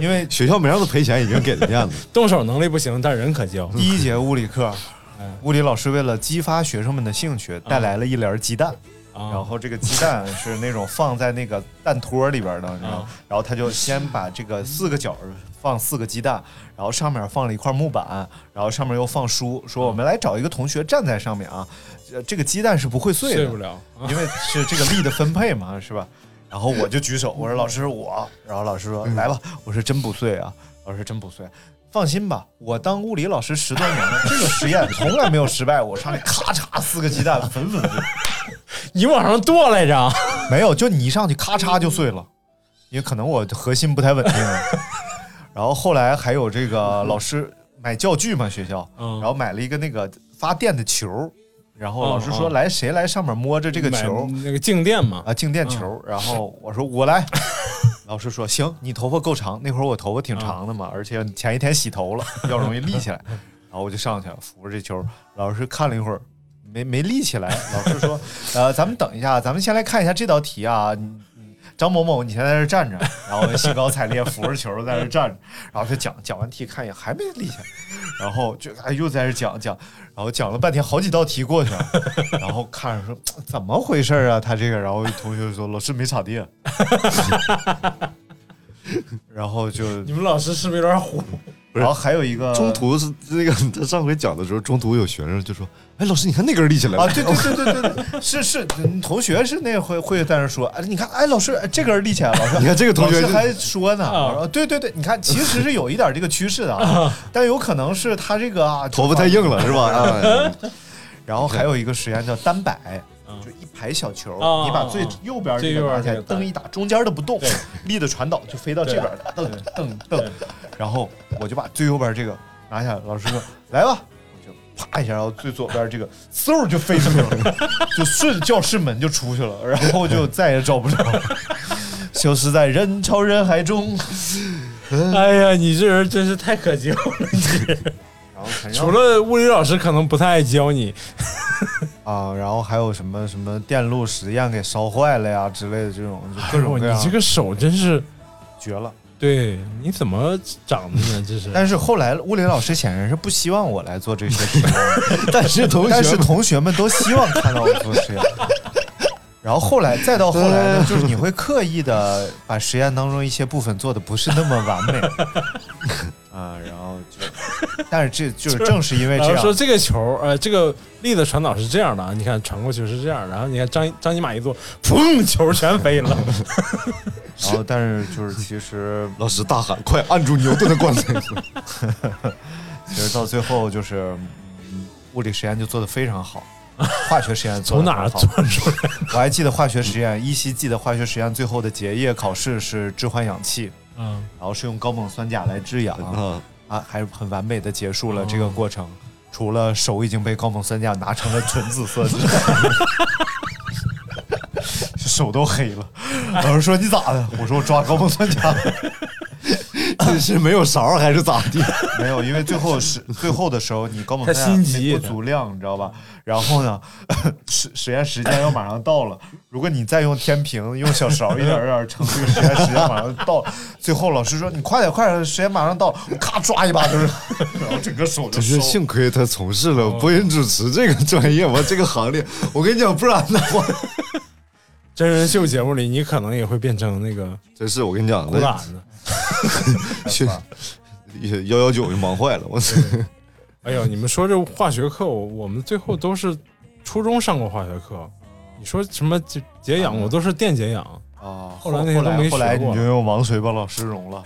S3: 因为
S9: 学校没让他赔钱，已经给人家
S3: [LAUGHS]
S9: 了。
S10: 动手能力不行，但人可教。
S3: 第一节物理课，物理老师为了激发学生们的兴趣，带来了一篮鸡蛋。
S10: 啊
S3: 然后这个鸡蛋是那种放在那个蛋托里边的，你知道吗？然后他就先把这个四个角儿放四个鸡蛋，然后上面放了一块木板，然后上面又放书，说我们来找一个同学站在上面啊，呃这个鸡蛋是不会碎的，
S10: 睡不了，啊
S3: 因为是这个力的分配嘛，是吧？然后我就举手，我说老师我，然后老师说来吧，我说真不碎啊，老师真不碎，放心吧，我当物理老师十多年了，这个实验从来没有失败，我上去咔嚓四个鸡蛋粉粉碎，
S10: 你往上剁来着。
S3: [LAUGHS] 没有，就你一上去咔嚓就碎了，因为可能我核心不太
S10: [LAUGHS]
S3: 稳定。然后后来还有这个老师买教具嘛，学校，
S10: 嗯
S3: 然后买了一个那个发电的球，然后老师说
S10: 嗯嗯
S3: 来谁来上面摸着这个球
S10: 买那个哎静电嘛，
S3: 啊，静电球，然后我说我来。老师说行，你头发够长，那会儿我头发挺长的嘛，而且前一天洗头了，比较容易立起来。然后我就上去扶着这球，老师看了一会儿，没没立起来。老师说，呃，咱们等一下，咱们先来看一下这道题啊。你你张某某，你先在这儿站着，然后兴高采烈扶着球在这儿站着，然后就讲讲完题，看一眼还没立起来，然后就哎又在这讲讲，然后讲了半天，好几道题过去了，然后看着说怎么回事啊？他这个，然后同学就说老师没咋地， [LAUGHS] 然后就，
S10: 你们老师是不是有点虎？
S3: 然后还有一个
S9: 中途是那个他上回讲的时候，中途有学生就说：“哎，老师，你看那根立起来了。
S3: 啊，对对对对对对，是是，嗯同学是那会会在那说，哎，你看，哎，老师哎这个人立起来了，老师，
S9: [LAUGHS] 你看这个同
S3: 老
S9: 学就
S3: 师还说呢，我说对对对，你看，其实是有一点这个趋势的啊，但有可能是他这个啊，
S9: [LAUGHS] 头发太硬了是吧？啊，
S3: 然后还有一个实验叫单摆，就一排小球，
S10: 嗯啊
S3: 你把最右边这
S10: 最右
S3: 个
S10: 边
S3: 拿起来，
S10: 这个单
S3: 蹬一打，中间的不动， [LAUGHS] 力的传导就飞到这边了，蹬蹬蹬。然后我就把最右边这个拿下来，老师说来吧，我就啪一下，然后最左边这个嗖就飞出去了， [LAUGHS] 就顺着教室门就出去了，然后就再也找不着， [LAUGHS] 消失在人潮人海中。
S10: 哎呀，你这人真是太可教了！
S3: 然后反正
S10: 除了物理老师可能不太爱教你，
S3: 啊，然后还有什么什么电路实验给烧坏了呀之类的这种，就
S10: [LAUGHS]
S3: 各种
S10: 哎
S3: 各
S10: 呦
S3: 样，
S10: 你这个手真是，
S3: 绝了。
S10: 对，你怎么长的呢？这是，
S3: 但是后来物理老师显然是不希望我来做这些
S10: [LAUGHS]
S3: 题目，
S9: 但是同
S3: [LAUGHS]
S9: 学，
S3: 但是同学们都希望看到我做实验。 [LAUGHS] 然后后来再到后来呢，就是你会刻意的把实验当中一些部分做的不是那么完
S10: [LAUGHS]
S3: 美啊，然后就，但是这就是正是因为这
S10: 老师
S3: 样
S10: 说，这个球，呃，这个力的传导是这样的啊，你看传过去是这样，然后你看张张尼玛一坐，砰，球全飞
S3: [LAUGHS]
S10: 了。
S3: 然后但是就是其实
S9: 老师大喊：“快按住牛顿的
S3: [LAUGHS]
S9: 棺材
S3: 其实到最后就是，嗯物理实验就做得非常好，化学实验做得
S10: 从哪儿
S3: 很好
S10: 做出来？ [LAUGHS]
S3: 我还记得化学实验，依稀记得化学实验最后的结业考试是置换氧气，
S10: 嗯，
S3: 然后是用高锰酸钾来制氧！”
S9: 啊，
S3: 啊，还是很完美的结束了这个过程。除了手已经被高锰酸钾拿成了纯紫色 [LAUGHS] 之外，手都黑了。老师说你咋的？我说我抓高锰酸钾了。
S9: 这是没有勺还是咋地？
S3: 没有，因为最后
S10: [LAUGHS]
S3: 是最后的时候，你高锰
S10: 他
S3: 酸
S10: 心
S3: 钾
S10: 急
S3: 不足量，你知道吧？然后呢， [LAUGHS] 实实验时间要马上到了，如果你再用天平、用小勺一点儿一点儿称这个实验时间马上到了， [LAUGHS] 最后老师说你快点快点，时间马上到了，我咔抓一把就是， [LAUGHS] 然后整个手就
S9: 真是
S3: 收了。哦
S9: 幸亏他从事了播音主持这个专业，我这个行
S3: [LAUGHS]
S9: 列，我跟你讲，不然的话，
S10: 真人秀节目里，你可能也会变成那个
S9: 真是我跟你讲，
S10: 古
S9: 那
S10: 懒子。
S9: 去幺幺九就忙坏了，我操！
S10: 哎呦，你们说这化学课，我我们最后都是初中上过化学课。你说什么解解氧，我都是电解氧。
S3: 啊，
S10: 后来那些都没学过
S3: 后来你就用王水把老师融
S10: [LAUGHS]
S3: 了。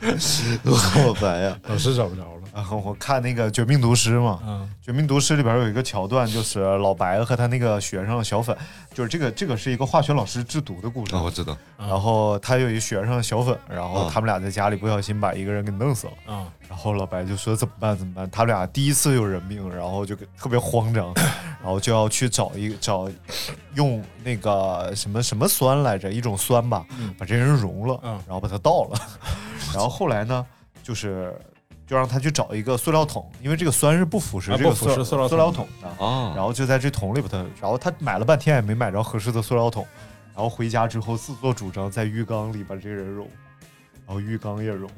S3: [LAUGHS]
S9: 我烦
S3: 啊
S9: 呀！
S10: 老师找不着了。
S3: 然啊后我看那个《绝命毒师》嘛，
S10: 嗯，
S3: 《绝命毒师》里边有一个桥段，就是老白和他那个学生小粉，就是这个这个是一个化学老师制毒的故事。
S9: [LAUGHS] 啊，我知道，
S3: 然后他有一学生小粉，然后他们俩在家里不小心把一个人给弄死了。
S10: 啊，
S3: 然后老白就说怎么办怎么办？他们俩第一次有人命，然后就给特别慌张，然后就要去找一找用那个什么什么酸来着，一种酸吧，把这人融了，
S10: 嗯
S3: 然后把他倒
S10: [LAUGHS]
S3: 了。然后后来呢，就是就让他去找一个塑料桶，因为这个酸是不腐蚀
S10: 啊
S3: 这个
S10: 不腐蚀塑料
S3: 塑料
S10: 桶嗯
S3: 桶的。
S9: 啊
S3: 然后就在这桶里把它，然后他买了半天也没买着合适的塑料桶，然后回家之后自作主张在浴缸里把这个人融，然后浴缸也融，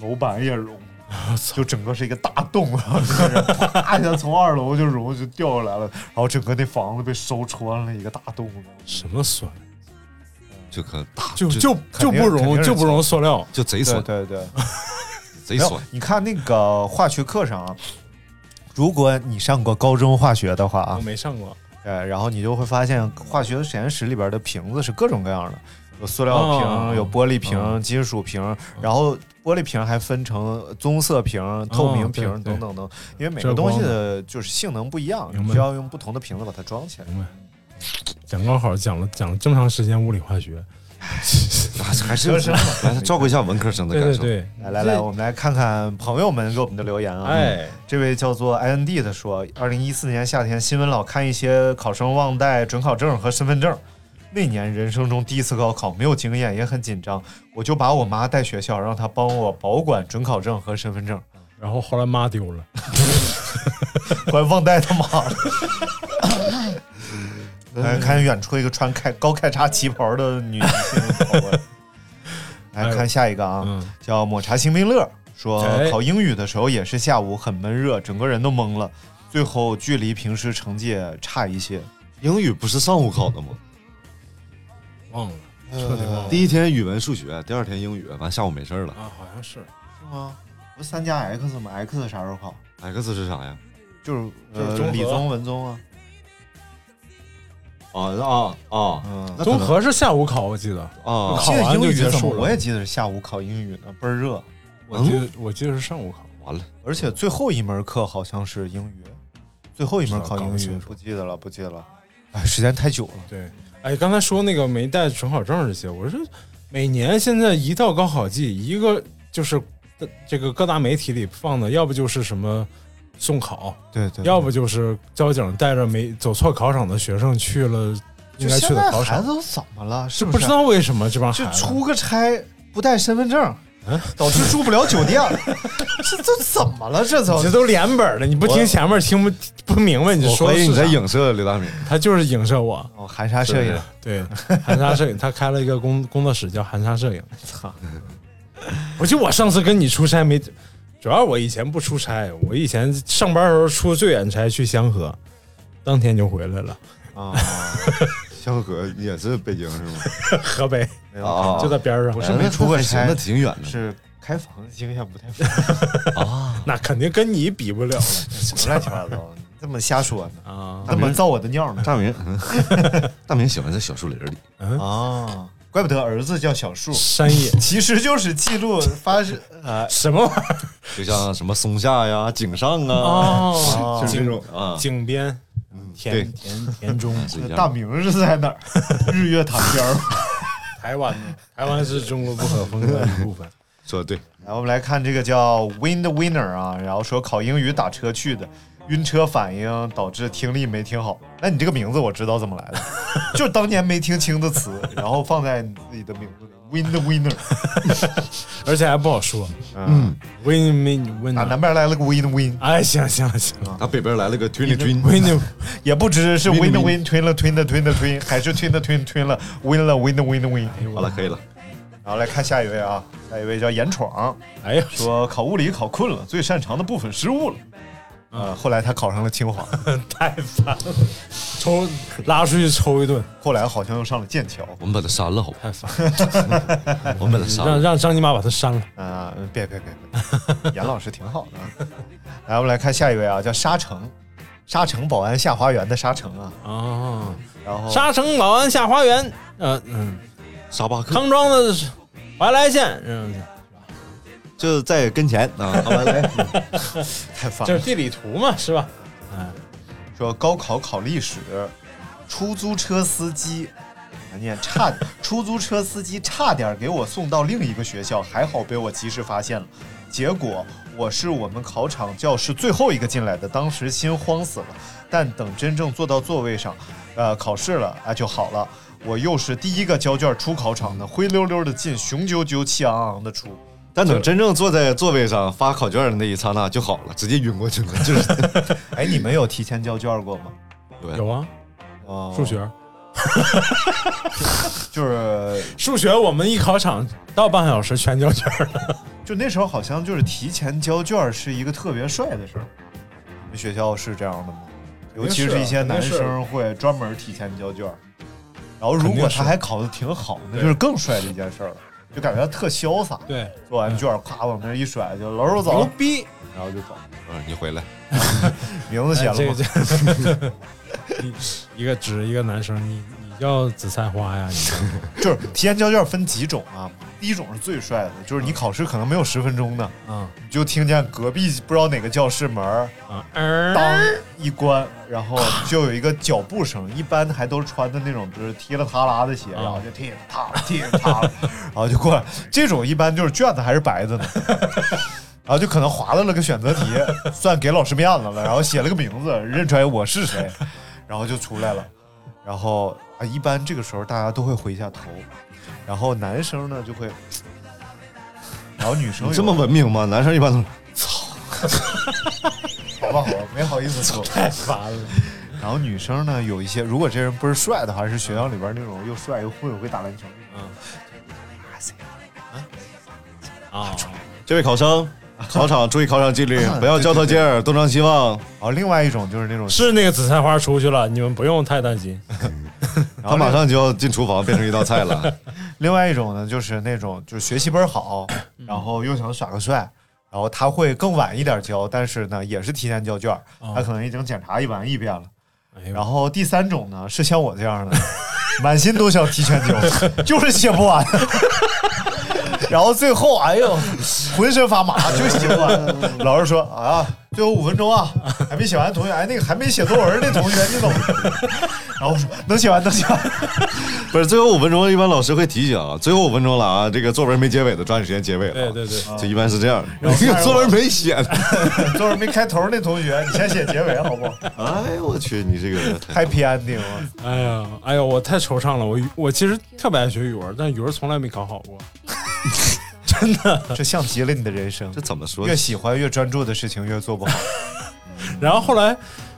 S3: 楼板也融，就整个是一个大洞，然后这个人啪一下哎从二楼就融就掉下来了，然后整个那房子被烧穿了一个大洞，
S10: 什么酸？
S9: 就可大
S10: 就就
S3: 肯
S10: 就
S3: 定肯
S10: 不
S3: 定
S10: 溶
S3: 是
S10: 就不溶塑料。
S9: 就贼
S3: 对
S9: 酸，
S3: 对对。
S9: 贼
S3: 没有
S9: 酸。
S3: 你看那个化学课上啊，如果你上过高中化学的话啊
S10: 我，没上过。
S3: 呃，然后你就会发现化学实验室里边的瓶子是各种各样的，有塑料瓶、
S10: 哦
S3: 有玻璃瓶、金属瓶，然后玻璃瓶还分成棕色瓶、透明瓶、
S10: 哦对
S3: 等
S10: 对
S3: 等等，因为每个东西的就是性能不一样，
S10: 明
S3: 你
S10: 白
S3: 需要用不
S10: [LAUGHS]
S3: 同的瓶子把它装起来。
S10: 明白。讲高考讲了讲了这么长时间物理化学，
S9: 还是
S3: [LAUGHS] 就是
S9: 来照顾一下文科生的
S10: 对
S9: 感
S10: 对
S9: 受。
S10: 对，
S3: 来来来，我们来看看朋友们给我们的留言啊。
S9: 哎，
S3: 这位叫做 I N D 的说，二零一四年夏天，新闻老看一些考生忘带准考证和身份证。那年人生中第一次高考，没有经验，也很紧张，我就把我妈带学校，让她帮我保管准考证和身份证，
S10: 然后后来妈丢了，
S3: 我还忘带他妈
S10: [LAUGHS]
S3: 了。
S10: 嗯
S3: 哎，看远处一个穿开高开叉旗袍的女性跑
S10: [LAUGHS]
S3: 过来。来看下一个啊，
S10: 哎嗯，
S3: 叫抹茶星冰乐说
S10: 哎，
S3: 考英语的时候也是下午很闷热，整个人都懵了，最后距离平时成绩差一些。
S9: 英语不是上午考的吗？
S3: 嗯
S10: 忘了，彻底忘了
S9: 第一天语文、数学，第二天英语，完下午没事儿了。
S10: 啊，好像是
S3: 是吗？不三加 X 吗？X 啥时候考？
S9: X 是啥呀？
S3: 就是
S10: 就是
S3: 呃
S10: 综合
S3: 理综文综啊。
S9: 啊啊啊！
S3: 嗯，
S9: 那可
S10: 综
S9: 能
S10: 合是下午考，我记得，
S9: 啊
S10: 考
S3: 记得
S10: 完
S3: 英
S10: 就
S3: 语
S10: 结
S3: 怎么
S10: 束
S3: 我
S10: 了。
S3: 也记得是下午考英语呢，倍儿热，
S10: 我记得我记得是上午考，
S9: 完了，
S3: 而且最后一门课好像是英语，最后一门考英
S10: 不知道搞不
S3: 语
S10: 清楚
S3: 不记得了，不记得了。哎，时间太久了。
S10: 对，哎，刚才说那个没带准考证这些，我说每年现在一到高考季，一个就是呃这个各大媒体里放的，要不就是什么送考，
S3: 对对，
S10: 要不就是交警带着没走错考场的学生去了
S3: 就
S10: 应该去
S3: 现
S10: 的
S3: 在
S10: 考
S3: 孩
S10: 场
S3: 子，都怎么了？是
S10: 这
S3: 是
S10: 不知道为什么这帮孩
S3: 就
S10: 子
S3: 出个差不带身份证，导致住不了酒 [LAUGHS] 店，这都怎么了？这都
S10: 这都连本了，你不听前面听不不明白，你
S9: 我
S10: 说
S9: 怀疑你
S10: 是啥
S9: 在影射刘大明。
S10: 他就是影射我，
S3: 哦，含沙射影
S9: 是，
S10: 对，含沙摄影，他开了一个工工作室叫含沙摄影。操！ [LAUGHS] 我就我上次跟你出差没，主要我以前不出差，我以前上班的时候出最远差去香河，当天就回来了，
S3: 啊！
S9: 萧何也是北京是吗？
S10: 河
S9: [LAUGHS]
S10: 北
S3: 没有
S9: 啊
S10: 就在边上。
S3: 我是没出过差
S9: 那挺远的。
S3: 是开房经验不太符合，
S10: 那肯定跟你比不了
S3: [LAUGHS]
S10: 了
S3: 什么乱七八糟的，你这么瞎说呢？
S10: 啊！
S3: 这么造我的尿呢？
S9: [LAUGHS] 大明，大明喜欢在小树林里。
S3: 啊，怪不得儿子叫小树，
S10: 山野
S3: 其实就是记录发生
S9: 哎
S3: 啊
S10: 什么玩意儿？
S9: 就像什么松下呀、井上啊，
S10: 哦
S9: 就是这
S10: 井
S9: 种啊，嗯
S10: 井边
S9: 对
S10: 田田田中，
S9: 是一样的
S3: 大明是在哪儿？ [LAUGHS] 日月潭边儿吗。
S10: 台湾 [LAUGHS] 呢？台湾是中国不可分割的
S3: [LAUGHS]
S10: 一部分。
S9: 说的对，
S3: [LAUGHS] 来，我们来看这个叫 Wind Winner 啊，然后说考英语打车去的，晕车反应导致听力没听好。那你这个名字我知道怎么 [LAUGHS] 来的，就是当年没听清的词，然后放在你自己的名字里。Wind Winner，
S10: 而且还不好说。
S3: 嗯，
S10: Win win win
S3: 啊打南边来了个 Win Win，
S10: 哎，行行行，
S3: 啊
S9: 他北边来了个 twin twin，
S10: win
S3: 也不知是
S9: Win
S3: Win
S9: the
S3: Win 吞了吞了吞了吞，还是吞了吞吞了 Win 了 Win Win Win。
S9: 好了，可以了。
S3: 然后来看下一位啊，下一位叫严闯，
S10: 哎呀，
S3: 说考物理考困了，最擅长的部分失误了。呃，后来他考上了清华， [LAUGHS]
S10: 太烦了，抽拉出去抽一顿，
S3: 后来好像又上了剑桥。
S9: 我们把他删了，好吧？
S10: 太烦了，
S9: [LAUGHS] 我们把他删
S10: 让
S9: 了。
S10: 让张尼玛把他删了。
S3: 啊，别别别别，严老师挺好的。来，我们来看下一位啊，叫沙城，沙城保安下花园的沙城啊，
S10: 哦，
S3: 然后
S10: 沙城老安下花园，呃嗯，
S9: 沙巴克
S10: 康庄的怀来县，嗯，
S9: 就在跟前啊，好吧，来，
S3: [LAUGHS] 太烦
S10: 这
S3: 了
S10: 是，地理图嘛，是吧？
S3: 说高考考历史，出租车司机，啊念差，出租车司机差点给我送到另一个学校，还好被我及时发现了，结果我是我们考场教室最后一个进来的，当时心慌死了，但等真正坐到座位上，呃，考试了啊就好了。我又是第一个交卷出考场的，灰溜溜的进，雄赳赳气昂昂的出。
S9: 但等真正坐在座位上发考卷的那一刹那就好了，直接晕过去了，就是
S3: [LAUGHS] 哎，你们有提前交卷过吗？
S10: 有啊，
S3: 哦
S10: 数学，
S3: 就是
S10: 数学我们一考场到半小时全交卷了。
S3: 就那时候好像就是提前交卷儿是一个特别帅的事儿。你们学校是这样的吗？尤其是一啊些男生会专门提前交卷儿，然后如
S10: 肯定
S3: 果
S10: 是
S3: 他还考得挺好，那就是更帅的一件事儿了。就感觉他特潇洒，
S10: 对，
S3: 做完卷儿咵往那儿一甩，就老手
S10: 牛
S3: 走，
S10: 逼！
S3: 然后就走。
S9: 嗯，你回来，
S3: 名字写
S10: 哎
S3: 了
S10: 这
S3: 吗？
S10: 这， [LAUGHS] 一个直一个男生，你你叫紫菜花呀？你
S3: [LAUGHS] 就是提前交卷儿分几种啊？第一种是最帅的，就是你考试可能没有十分钟呢，
S10: 嗯
S3: 你就听见隔壁不知道哪个教室门儿
S10: 啊，嗯
S3: 当一关，然后就有一个脚步声，一般还都是穿的那种就是踢了踏啦的鞋，然后就踢了踏啦踢了踏啦，然后就过来。这种一般就是卷子还是白的呢，然后就可能划拉了个选择题， [LAUGHS] 算给老师面子了，然后写了个名字，认出来我是谁，然后就出来了。然后啊，一般这个时候大家都会回一下头，然后男生呢就会，然后女生有
S9: 这么文明吗？男生一般都是
S3: 好吧，好吧，没好意思说，太烦了。然后女生呢，有一些如果这人不是帅的话，是学校里边那种又帅又混又会打篮球那种。
S10: 啊，
S9: 这位考生，考场注意考场
S3: [LAUGHS]
S9: 纪律，不要交头接耳，东张西望。
S3: 然后啊另外一种就是那种，
S10: 是那个紫菜花出去了，你们不用太担心。
S3: 然
S9: 他
S3: 后
S9: 马
S3: 另
S9: 上就要进厨房变成一道菜了。
S3: [LAUGHS] 另外一种呢，就是那种就是学习本好，然后又想耍个帅，然后他会更晚一点交，但是呢也是提前交卷儿，
S9: 哦
S10: 啊
S3: 他可能已经检查一完一遍了。
S10: 哎呦
S3: 然后第三种呢是像我这样的，满心都想提前交， [LAUGHS] 就是写不完。 [LAUGHS] 然后最后，哎呦，浑身发麻，就写不完。老师说啊，最后五分钟啊，还没写完，同学，哎，那个还没写作文的同学，你怎么？ [LAUGHS] 然后我说能写完，能写完。
S9: 不是，最后五分钟一般老师会提醒啊，最后五分钟了啊，这个作文没结尾的抓紧时间结尾了
S10: 对
S9: 啊。
S10: 对对，
S9: 就一般是这样，
S3: 然后
S9: 这个作文没写呢。
S3: 作文没开头那同学，你先写结尾好不 [LAUGHS] 好
S9: 哎呦我去，你这个人太
S3: ？Happy ending 啊！
S10: 哎呀，哎呀，我太惆怅了。我语我其实特别爱学语文，但语文从来没考好过。
S3: 这像极了你的人生
S9: 这。怎么说呢
S3: 越？喜欢越专注的事情越做不好。
S10: 然后后来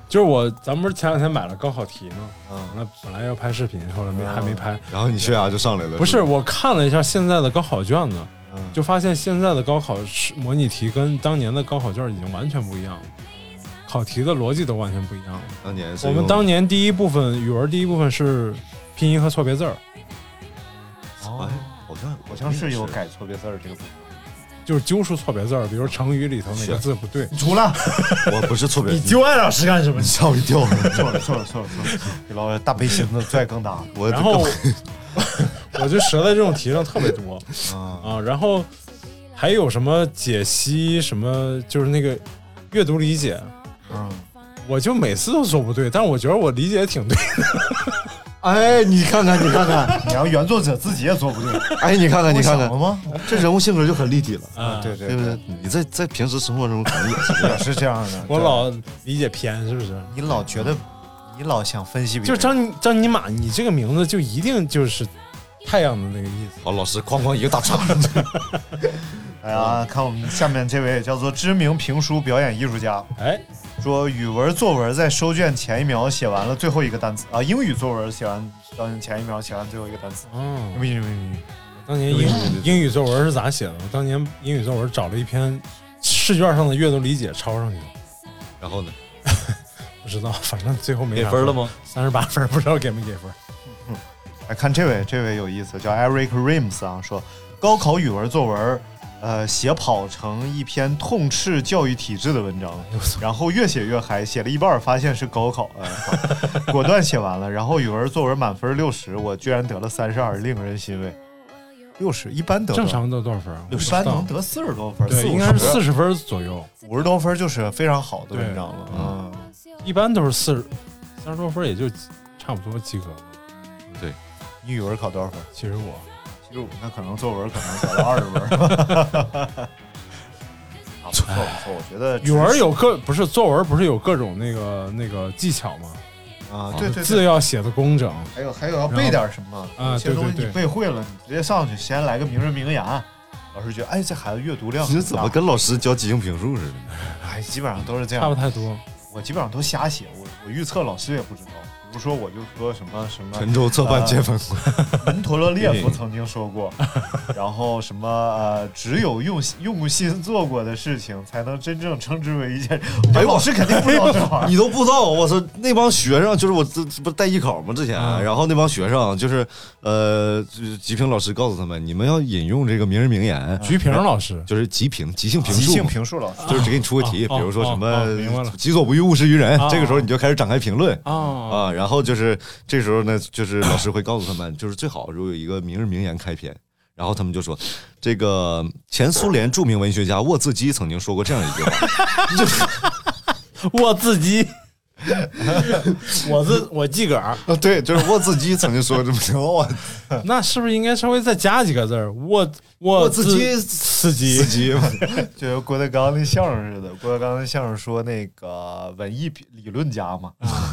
S10: 就是我，咱们不是前两天买了高考题吗？
S3: 嗯，
S10: 那本来要拍视频，后来没还没拍。
S9: 然后你血压就上来了。
S10: 不是，
S9: 吧
S10: 我看了一下现在的高考卷子，
S3: 嗯
S10: 就发现现在的高考是模拟题跟当年的高考卷已经完全不一样了，考题的逻辑都完全不一样了。
S9: 当年是
S10: 我们
S9: 用
S10: 当年第一部分语文第一部分是拼音和错别字儿，
S3: 哦
S9: 哎，好像
S3: 好像是有改错别字儿这个部分。
S10: 就是揪出错别字儿，比如成语里头哪个字不对，
S3: 除了
S9: 我不是错别，字，
S3: 艾老师干什么？
S9: 吓我一
S3: [LAUGHS]
S9: 跳。
S3: 错了错了错了错了，给老师大背心子拽更大。
S9: 我
S10: 然后 [LAUGHS] 我就折在这种题上特别多
S3: 嗯，
S10: 啊。然后还有什么解析什么，就是那个阅读理解，啊
S3: 嗯，
S10: 我就每次都说不对，但是我觉得我理解挺对。 [LAUGHS]
S9: 哎，你看看，你看看，
S3: 你要原作者自己也做不对，
S9: 哎，你看看，你看
S3: 我想了
S9: 看，
S3: 吗？
S9: 这人物性格就很立体了，嗯
S10: 啊
S3: 对对
S9: 对不对
S3: 对，？
S9: 你在在平时生活中可能也是这
S3: 也
S9: 样。
S3: 是这样 [LAUGHS] 的。
S10: 我
S3: 对
S10: 老理解偏是不是？
S3: 你老觉得，你老想分析别
S10: 就
S3: 人，
S10: 张张尼玛，你这个名字就一定就是太阳的那个意思。
S9: 好，哦老师哐哐一个大叉，
S3: 哎呀，看我们下面这位叫做知名评书表演艺术家，
S10: 哎，
S3: 说语文作文在收卷前一秒写完了最后一个单词啊，英语作文写完当前一秒写完最后一个单词。
S10: 嗯，
S3: 没没没，
S10: 当年英语英语作文是咋写的？我当年英语作文找了一篇试卷上的阅读理解抄上去了，
S9: 然后呢？
S10: 不知道， [LAUGHS] 反正最后没
S13: 给分了？吗？
S10: 三十八分， [LAUGHS] 不知道给没给分。
S3: 来哎看这位，这位有意思，叫 Eric Rims 啊，说高考语文作文，呃，写跑成一篇痛斥教育体制的文章，然后越写越嗨，写了一半儿发现是高考，呃，好果断写完了，然后语文作文满分六十，我居然得了三十二，令人欣慰。六十一般得多
S10: 正，常得多少分啊？
S3: 一
S10: 我不知
S3: 般
S10: 道
S3: 能得四十多分，
S10: 对，
S3: 40
S10: 应该是四十分左右，
S3: 五十多分就是非常好的
S10: 对
S3: 文章了。嗯，
S10: 一般都是四十三十多分，也就差不多及格了。
S3: 你语文考多少分？
S10: 其实我
S3: 七十五，那可能作文可能考了二十分。
S10: [LAUGHS]
S3: 啊，不错不错，我觉得
S10: 哎语文有各不是作文不是有各种那个那个技巧吗？
S3: 啊，对对
S10: 字
S3: 对，
S10: 要写的工整，
S3: 还有还有要背点什么，
S10: 然后啊
S3: 有些东西
S10: 对对
S3: 你
S10: 对
S3: 背会了，你直接上去先来个名人名言，老师觉得哎这孩子阅读量
S9: 你
S3: 很
S9: 这
S3: 大
S9: 怎么跟老师教即兴评述似的？
S3: 哎基本上都是这
S10: 差不
S3: 样，
S10: 太多。
S3: 我基本上都瞎写，我我预测老师也不知道，比如说我就说什么什么
S9: 陈州侧
S3: 啊
S9: 畔皆坟官，
S3: 门陀罗列夫曾经说过， [LAUGHS] 然后什么呃，只有用心用心做过的事情，才能真正称之为一件。
S9: 哎呦
S3: 老师肯定不知道这玩意儿。
S9: 你都不知道。我操，那帮学生就是我这这不带艺考吗？之前，
S3: 啊
S10: 嗯
S9: 然后那帮学生就是呃，就是吉平老师告诉他们，你们要引用这个名人名言，
S3: 嗯
S9: 啊
S10: 菊萍老
S13: [LAUGHS]
S10: 师，
S9: 就是即评即兴评
S3: 啊即
S9: 述
S3: 兴
S9: 嘛。
S3: 评述老师，
S9: 就是只给你出个题，
S10: 啊
S9: 比如说什
S10: 啊啊
S9: 么
S10: 啊明白了
S9: “己所不欲，勿施于人”，
S10: 啊
S9: 这个时候你就开始展开评论
S10: 啊
S9: 啊。
S3: [LAUGHS]
S9: 然后就是这时候呢，就是老师会告诉他们，就是最好如果有一个名人名言开篇，然后他们就说，这个前苏联著名文学家沃兹基曾经说过这样一句话，
S10: 我自己， [LAUGHS] 我自我自个儿，
S9: [LAUGHS] 啊对，就是沃兹基曾经说过这么句话，我
S10: 那是不是应该稍微再加几个字儿？我我
S9: 我自己
S10: 自
S9: 自
S10: 己 [LAUGHS]
S9: 己
S3: [LAUGHS] 就跟郭德纲那相声似的。郭德纲那相声说那个文艺理论家嘛，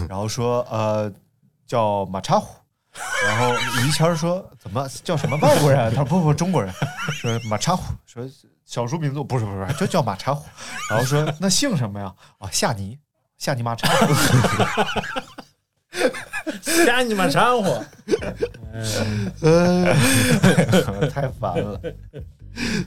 S3: 然后说呃叫马叉虎，然后于谦儿说怎么叫什么外国人？啊他说不不中国人，说马叉虎，说少数民族不是不是就叫马叉虎，然后说那姓什么呀？啊夏尼夏尼马叉虎， [LAUGHS]
S10: 瞎你妈掺和。
S3: 太烦了。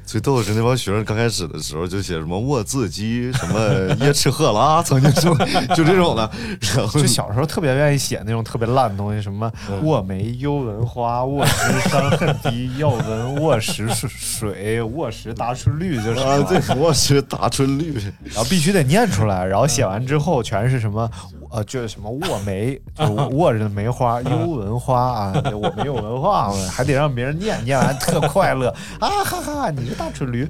S9: 最逗的是那帮学生刚开始的时候就写什么沃兹基什么耶赤赫拉曾经说就这种的，然
S3: [LAUGHS]
S9: 后
S3: 就小时候特别愿意写那种特别烂的东西，什么卧梅幽闻花，卧石山恨低，要闻卧石水，卧石达春绿，就是
S9: 啊，
S3: 嘛
S9: 对，我是达春绿，
S3: 然后必须得念出来，然后写完之后全是什么呃，就是什么卧梅，就是卧着的梅花，幽闻花啊，我没有文化，还得让别人念，念完特快乐啊哈哈，你是大蠢驴，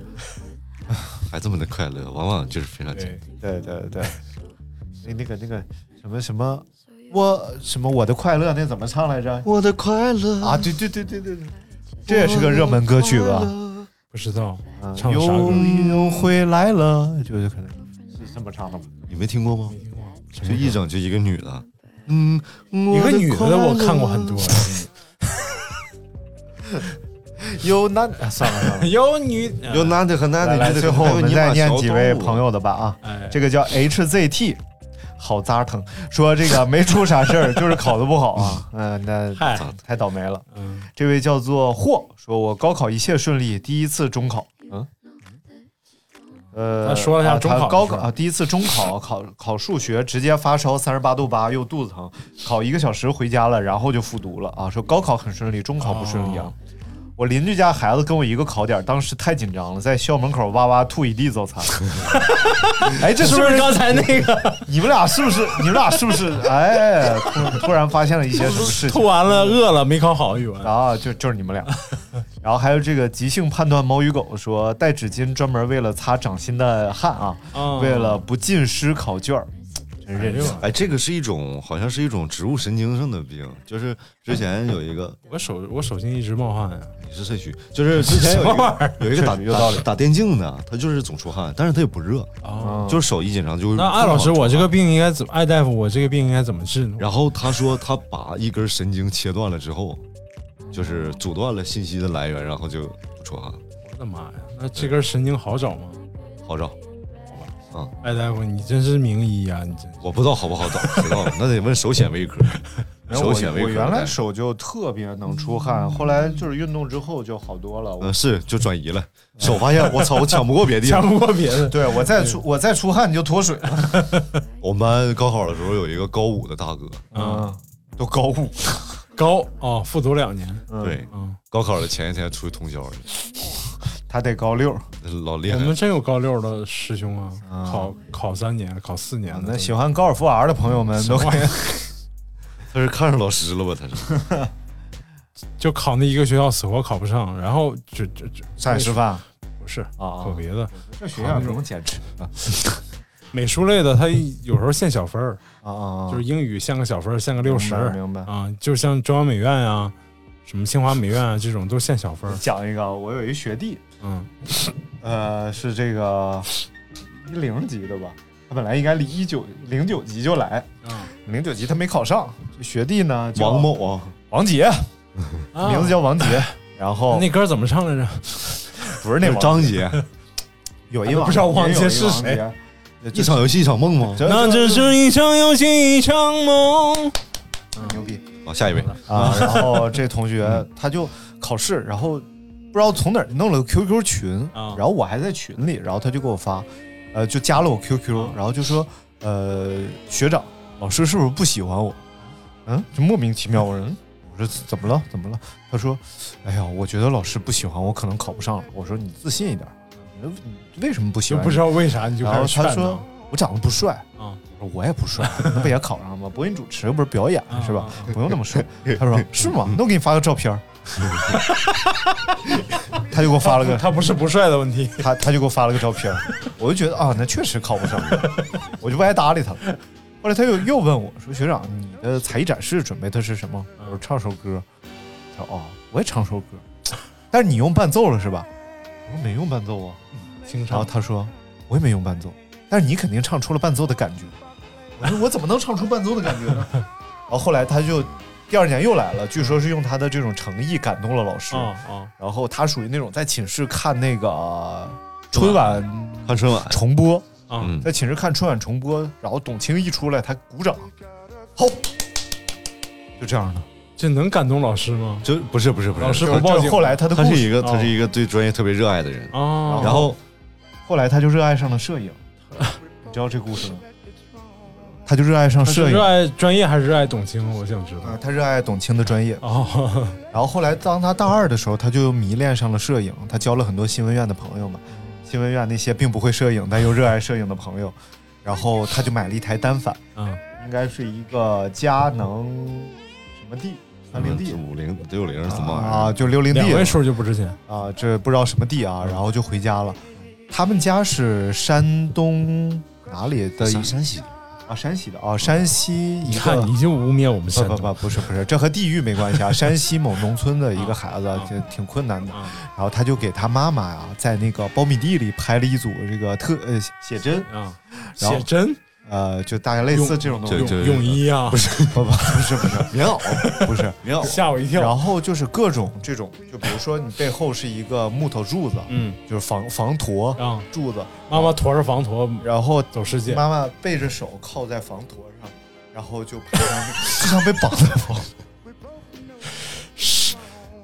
S9: 孩子们的快乐往往就是非常简单。
S3: 对对对，那那个那个什么什么。我什么我的快乐那怎么唱来着？
S9: 我的快乐
S3: 啊，对对对对对对，这也是个热门歌曲吧？
S10: 不知道
S3: 嗯
S10: 唱啥歌
S3: 游泳回来了，就是可能是这么唱的吧？
S9: 你没听过吗？就一整就一个女的，嗯，
S10: 一
S9: 一
S10: 个女的啊我看过很多，
S3: 有男、啊、算了算了，
S10: [LAUGHS] 有女
S9: 有男的和男
S3: 来
S9: 的，
S3: 来，
S9: 女的
S3: 最后
S9: 和
S3: 我
S9: 男的
S3: 们再念几位朋。
S9: 你把小动物
S3: 友的吧啊，
S10: 哎
S3: 这个叫 HZT。好扎疼，说这个没出啥事儿，就是考的不好啊。嗯，那
S10: 嗨
S3: 太倒霉了。
S10: 嗯
S3: 这位叫做霍，说我高考一切顺利，第一次中考，嗯，呃，
S10: 他说了一下中考
S3: 啊
S10: 的
S3: 他高考
S10: 事儿
S3: 啊，第一次中考考考数学，直接发烧三十八度八，又肚子疼，考一个小时回家了，然后就复读了啊。说高考很顺利，中考不顺利啊。
S10: 哦
S3: 我邻居家孩子跟我一个考点，当时太紧张了，在校门口哇哇吐一地早餐。 [LAUGHS] 哎，这是
S10: 是
S3: 不
S10: 不
S3: 是
S10: 是刚才那 [LAUGHS] 个
S3: 你们俩是不是你们俩是不是？哎，突突然发现了一些什么事情？
S10: [LAUGHS] 吐完了饿了没考好语文？
S3: 啊，就就是你们俩。然后还有这个即兴判断猫与狗说，带纸巾专门为了擦掌心的汗啊，
S10: 啊
S3: 为了不浸湿考卷儿，真认真。
S9: 哎，这个是一种，好像是一种植物神经上的病，就是之前有一个，
S10: 我手我手心一直冒汗呀，
S9: 你是肾虚，就是之前有一
S10: 什么玩意 [LAUGHS]
S9: 个有一个打
S3: 有道理
S9: 打打电竞的，他就是总出汗，但是他也不热，
S10: 哦
S9: 就是手一紧张就会。
S10: 那艾老师，我这个病应该怎么？艾大夫，我这个病应该怎么治呢？
S9: 然后他说他把一根神经切断了之后，就是阻断了信息的来源，然后就不出汗。
S10: 我的妈呀，那这根神经好找吗？
S9: 好找，
S10: 艾大夫，你真是名医呀、你真是
S9: 我不知道好不好找， [LAUGHS] 知道了，那得问手显
S10: [LAUGHS]
S9: 微科。
S3: 然后
S9: 手
S3: 我
S9: 显微哎科。
S3: 我原来手就特别能出汗，后来就是运动之后就好多了。我
S9: 嗯是就转移了，手发现我操，我抢不过别
S10: [LAUGHS]
S9: 地
S10: 干
S9: 方。
S10: 不过别的。
S3: 对我再出我再出汗你就脱水了，
S9: 我们班高考的时候有一个高五的大哥，
S3: 嗯，都高五，
S10: 高哦，复读两年，
S9: 对
S10: 嗯，
S9: 高考的前一天出去通宵去，
S3: 他得高六。
S9: 老厉
S10: 我
S9: 害
S10: 们
S9: 了。
S10: 真有高六的师兄啊，考考三年，考四年的
S3: 那。喜欢高尔夫 R 的朋友们都可以。[LAUGHS]
S9: 他是看上老师了吧？他是
S10: 就考那一个学校死活考不上，然后就就就
S3: 上海师范
S10: 不是
S3: 啊
S10: 考，别的
S3: 这学校有什么简直啊
S10: 美术类的，他有时候限小分儿，
S3: 啊啊！
S10: 就是英语限个小分儿，限个六
S3: 明
S10: 十
S3: 白明白。
S10: 啊，就像中央美院啊，什么清华美院啊这种都限
S3: [LAUGHS]
S10: 小分儿。
S3: 讲一个，啊我有一学弟，
S10: 嗯，
S3: 呃，是这个一零级的吧？他本来应该一九零九级就来，零九级他没考上。这学弟呢，叫
S9: 王某啊，
S3: 王杰，
S10: 啊
S3: 名字叫王杰。然后
S10: 那歌怎么唱来
S3: [LAUGHS]
S10: 着？
S3: 不是那王，
S9: 张 [LAUGHS] 杰，
S3: 有一王，
S10: 不知道王杰是谁
S3: 有一王杰。
S9: 一场游戏一场梦吗？
S3: 这
S10: 那只是一场游戏一场梦。
S3: 牛逼
S9: 好，哦下一 [LAUGHS] 位，
S3: 啊！然后这同
S10: 嗯
S3: 学他就考试，然后不知道从哪儿弄了个 QQ 群，
S10: 啊
S3: 然后我还在群里，然后他就给我发，呃，就加了我
S10: 啊
S3: QQ，然后就说，呃，学长，老师是不是不喜欢我？嗯，就莫名其妙，我说，嗯我说怎么了？怎么了？他说，哎呀，我觉得老师不喜欢我，可能考不上了。我说你自信一点，你你为什么不喜
S10: 就
S3: 欢？
S10: 不知道为啥你就
S3: 然
S10: 开
S3: 后
S10: 始
S3: 他
S10: 劝
S3: 说
S10: 呢
S3: 我长得不帅，
S10: 啊
S3: 我说我也不帅， [LAUGHS] 那不也考上了吗？播音主持又不是表演
S10: 啊
S3: 是吧
S10: 啊？
S3: [LAUGHS]
S9: [LAUGHS] 嗯
S3: 不用那么帅。他说是吗？那我给你发个照片儿。 [LAUGHS] 他就给我发了个
S10: 他不是不帅的问题，
S3: 他他就给我发了个照片儿，我就觉得啊，那确实靠不上，我就不爱搭理他了。后来他又又问我说：“学长，你的才艺展示准备的是什么？”我说：“唱首歌。”他说：“哦，我也唱首歌，但是你用伴奏了是吧？”我说：“没用伴奏啊。”
S10: 清
S3: 然后
S10: 唱
S3: 他说：“我也没用伴奏，但是你肯定唱出了伴奏的感觉。”我说：“我怎么能唱出伴奏的感觉呢？” [LAUGHS] 然后后来他就第二年又来了，据说是用他的这种诚意感动了老师。
S10: 啊啊，
S3: 然后他属于那种在寝室看那个呃春晚
S9: 看春晚，
S3: 重播，
S10: 啊
S9: 嗯，
S3: 在寝室看春晚重播，然后董卿一出来，他鼓掌，好，就这样的。
S10: 这能感动老师吗？
S9: [LAUGHS] 就不是不是不是，
S10: 老师
S3: 就
S10: 不报
S3: 是
S10: 警
S3: 后来他的
S9: [LAUGHS] 他
S3: 故
S9: 是
S3: 事，
S9: 一个他
S10: 哦
S9: 是一个对专业特别热爱的人，
S10: 啊，
S9: 然后
S3: 后来他就热爱上了摄影，你知道这故事吗？他就热爱上
S10: 他是
S3: 摄影
S10: 热，爱专业还是热爱董卿？我想知道。
S3: 啊他热爱董卿的专业。
S10: 哦，
S3: 然后后来当他大二的时候，他就迷恋上了摄影，他交了很多新闻院的朋友嘛，新闻院那些并不会摄影但又热爱摄影的朋友，然后他就买了一台单反，
S10: 嗯，
S3: 应该是一个佳能什么 D 三零 D
S9: 五零六零嗯什么玩意儿
S3: 啊，就六零 D
S10: 两位数就不值钱。
S3: 啊，这不知道什么地啊，然后就回家了。他们家是山东哪里的？
S9: 山山西
S3: 啊，山西的啊，山西一
S10: 你看，
S3: 个
S10: 你就污蔑我们山
S3: 不不
S10: 东
S3: 不，不是不是，这和地域没关系啊。山西某农村的一个孩子
S10: 啊，
S3: 就挺困难的。
S10: 啊
S3: 然后他就给他妈妈呀、在那个苞米地里拍了一组这个特呃写真，
S10: 啊，
S3: 然后
S10: 写真
S3: 呃，就大概类似这种东
S9: 对
S3: 西。
S9: 对
S10: 泳衣啊，不是
S3: [LAUGHS] 不不不是不是棉袄，不是。
S9: 棉
S10: [LAUGHS]
S9: 袄，
S10: 吓我一跳。
S3: 然后就是各种这种，就比如说你背后是一个木头柱子，
S10: 嗯
S3: 就是防防驼
S10: 啊，
S3: 柱子，
S10: 妈妈驮着防驼
S3: 然后
S10: 走世界，
S3: 妈妈背着手靠在防驼上，然后就爬上去， [LAUGHS] 就像被绑在房。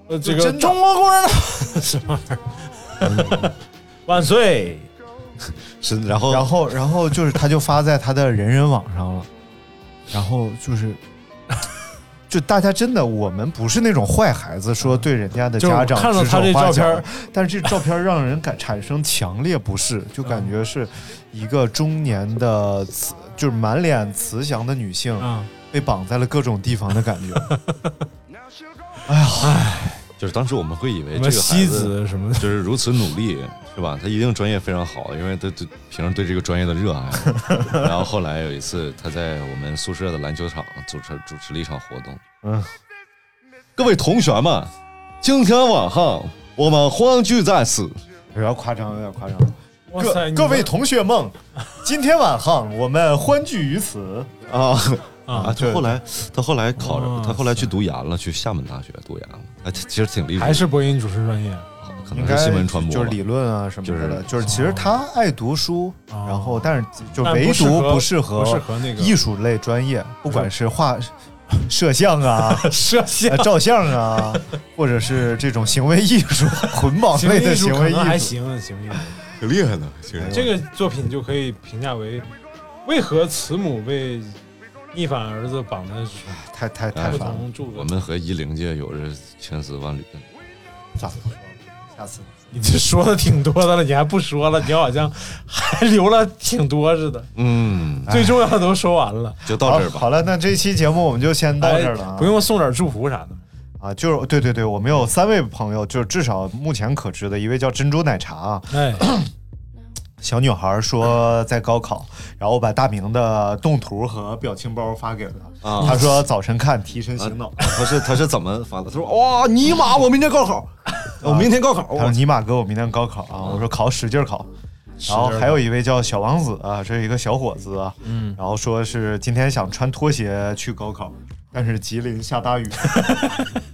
S10: 呃，这
S3: 就
S10: 个
S3: 真的
S10: 中国工人党什么玩意儿？万岁！
S9: 是然后
S3: 然后，然后就是他就发在他的人人网上了，然后 [LAUGHS] 就是，就大家真的，我们不是那种坏孩子，说对人家的
S10: 就是
S3: 家长
S10: 看到
S3: 指手
S10: 他这
S3: 画
S10: 照片
S3: 脚 [LAUGHS]
S10: 儿，
S3: 但是这照片儿让人感产生强烈不适，就感觉是一个中年的慈，就是满脸慈祥的女性
S10: 啊，
S3: 被绑在了各种地方的感觉。
S9: 就是当时我们会以为
S10: 什
S3: 哎
S10: 么
S9: 这个孩
S10: 西
S9: 子
S10: 子什么的，
S9: 就是如此努力，是吧？他一定专业非常好，因为他他平时对这个专业的热 [LAUGHS] 爱。然后后来有一次，他在我们宿舍的篮球场主持主持了一场活动。
S3: 嗯，
S9: 各位同学们，今天晚上我们欢聚在此。
S3: 有点夸张，有点夸张。
S10: 哇塞！
S3: 各
S10: 你
S3: 各位
S10: 们
S3: 同学们，今天晚上我们欢聚于此。
S9: 啊
S10: 啊哦
S9: 他后来他后来考
S10: 哇
S9: 上，他后来去读研了，去厦门大学读研了。哎，其实挺厉害，
S10: 还是播音主持专业
S9: 可
S3: 应
S9: 能
S3: 该
S9: 是新闻传播吧，
S3: 就是理论啊什么之类的，就是其实他爱读书，
S10: 哦
S3: 然后但是就
S10: 但
S3: 唯
S10: 不适
S3: 独
S10: 合
S3: 不适合
S10: 不适合那个
S3: 艺术类专业，不管是
S10: [LAUGHS]
S3: 画、摄像啊、
S10: 摄
S3: 呃
S10: 像
S3: 照相啊，或者是这种行为艺术、 [LAUGHS] 捆绑
S10: [LAUGHS] 行
S3: 类
S10: 为
S3: 的
S10: 艺术
S3: 哎行
S10: 可
S3: 为
S10: 能还
S3: 艺术。
S10: 行，行为艺术。
S9: 挺厉害的。其实
S10: 这个作品就可以评价为：为何慈母被逆反儿子绑在
S3: 太太太
S10: 不
S3: 烦了，
S10: 同柱
S9: 我
S10: 子？
S9: 们和一零届有着千丝万缕的。
S3: 咋说？下次
S10: [LAUGHS] 你这说的挺多的了，你还不说了？你好像还留了挺多似的，
S9: 嗯，
S3: 哎
S10: 最重要的都说完了。
S9: 就到这儿
S3: 好
S9: 吧。啊
S3: 好了，那这期节目我们就先到这儿了啊。
S10: 哎不用送点祝福啥的吗。
S3: 啊，就是对对对，我们有三位朋友，就是至少目前可知的，一位叫珍珠奶茶啊，
S10: 哎，
S3: 小女孩说在高考，然后我把大明的动图和表情包发给了她，
S9: 啊
S3: 她说早晨看提神醒脑，
S9: 他是他是怎么发的？他说哇，尼玛，我明天高考，我明天高考，
S3: 她说
S9: 我
S3: 尼玛哥我明天高考啊，我说考使劲儿考。然后还有一位叫小王子啊，这是一个小伙子啊，嗯，然后说是今天想穿拖鞋去高考，但是吉林下大雨，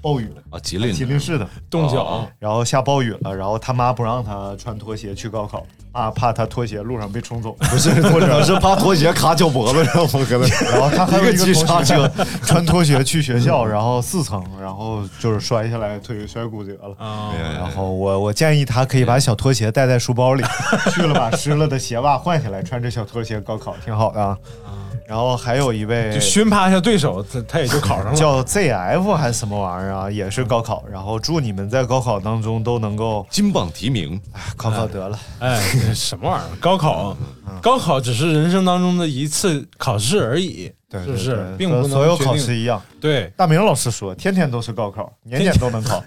S3: 暴雨，
S9: 啊，吉林的
S3: 吉林市的，
S10: 冻
S9: 哦
S10: 脚，
S3: 然后下暴雨了，然后他妈不让他穿拖鞋去高考啊，怕他拖鞋路上被冲走，
S9: 不是，我只是怕拖鞋卡脚脖子上，我可能。
S3: 然后他还有一个
S9: 急刹
S3: 同
S9: 车
S3: 学，穿拖鞋去学校，然后四层，然后就是摔下来，腿摔骨折了。
S10: 啊，
S9: 哎
S3: 然后我我建议他可以把小拖鞋带在书包里，去了把湿了的鞋袜换下来，穿着小拖鞋高考挺好的啊。然后还有一位
S10: 就熏趴一下对手，他他也就考上了。
S3: 叫 ZF 还是什么玩意儿啊，也是高考。然后祝你们在高考当中都能够
S9: 金榜题名，
S3: 考考得了。
S10: 哎，这什么玩意儿？高考
S3: 嗯
S10: 高考只是人生当中的一次考试而已，
S3: 对
S10: 是不
S3: 对
S10: 是
S3: 对？
S10: 并
S3: 和
S10: 不能
S3: 所有
S10: 决
S3: 考
S10: 定
S3: 试一样。
S10: 对。
S3: 大明老师说，天天都是高考，年年都能考，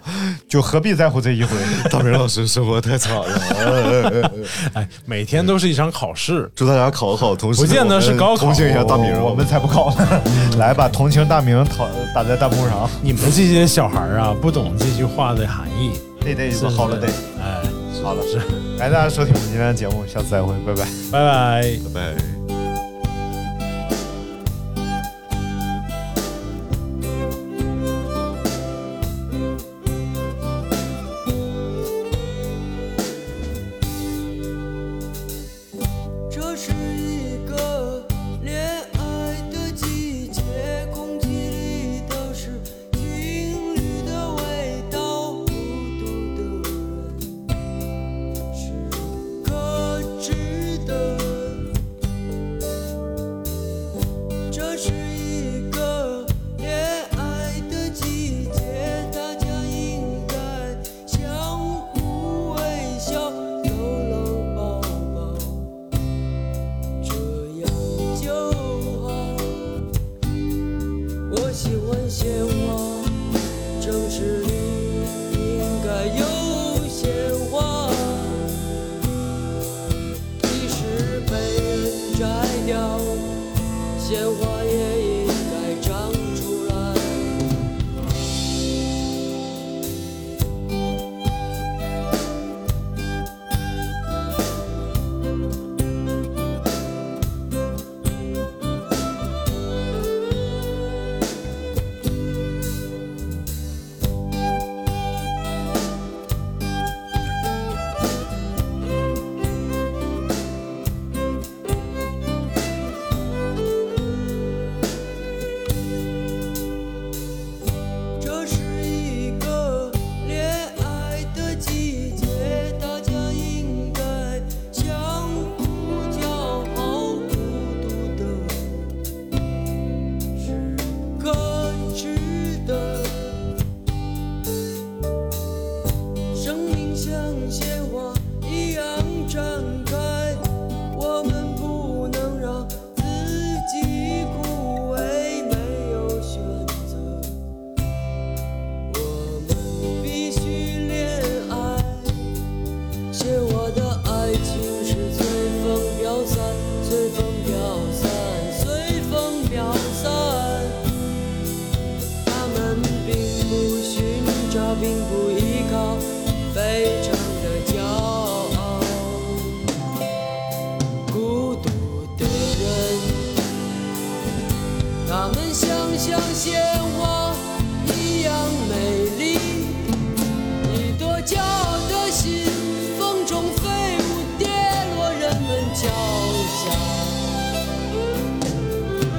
S3: 就何必在乎这一回？
S9: [LAUGHS] 大明老师生活太惨
S3: [LAUGHS]
S9: 了，
S10: 哎，每天都是一场考试。
S9: 祝大家考好，同时
S10: 不见得是高考嗯
S9: 我们同情一下大明，
S3: 哦我们才不考呢。来吧，同情大明讨打在弹幕上，
S10: 你们这些小孩儿啊，不懂这句话的含义。
S3: 这得
S10: 是
S3: 是好了得。
S10: 哎，
S3: 好了，是感谢大家收听我们今天的节目，下次再会，拜拜。
S10: 拜拜。
S9: 拜拜。
S11: 这是一个恋爱的季节，空气里都是情侣的味道。孤独的人是可知的。这是一个恋爱的季节，大家应该相互微笑，搂搂抱抱。这样就好。我喜欢鲜花，城市里应该有鲜花。即使被人摘掉，鲜花也应该长出来。这是一个恋爱的季节，大家应该相互叫好。孤独的是可知的，生命像鲜花一样绽开，我们不能让自己枯萎，没有选择。我们必须恋爱，鲜花的爱情是随风飘散，随风飘散，随风飘散。它们并不寻找，并不依靠，非常的骄傲。孤独的人。它们像像鲜花一样美丽，一朵骄傲的心，风中飞舞，跌落人们脚下。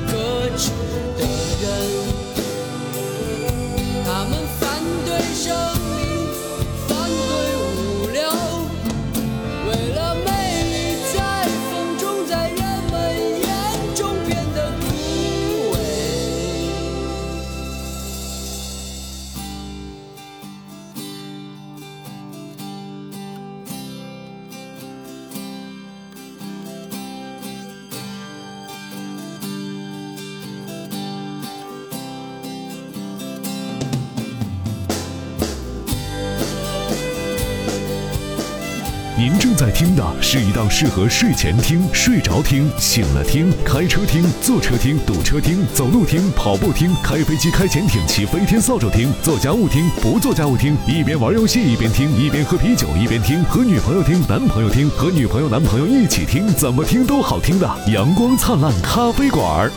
S11: 可耻的人，他们反对生命，反对无聊。为了美丽，在风中，在人们眼中变得枯萎。
S8: 您正在听的是一档适合睡前听、睡着听、醒了听、开车听、坐车听、堵车听、走路听、跑步听、开飞机、开潜艇、骑飞天扫帚听、做家务听、不做家务听，一边玩游戏一边听，一边喝啤酒一边听，和女朋友听、男朋友听，和女朋友、男朋友一起听，怎么听都好听的阳光灿烂咖啡馆儿。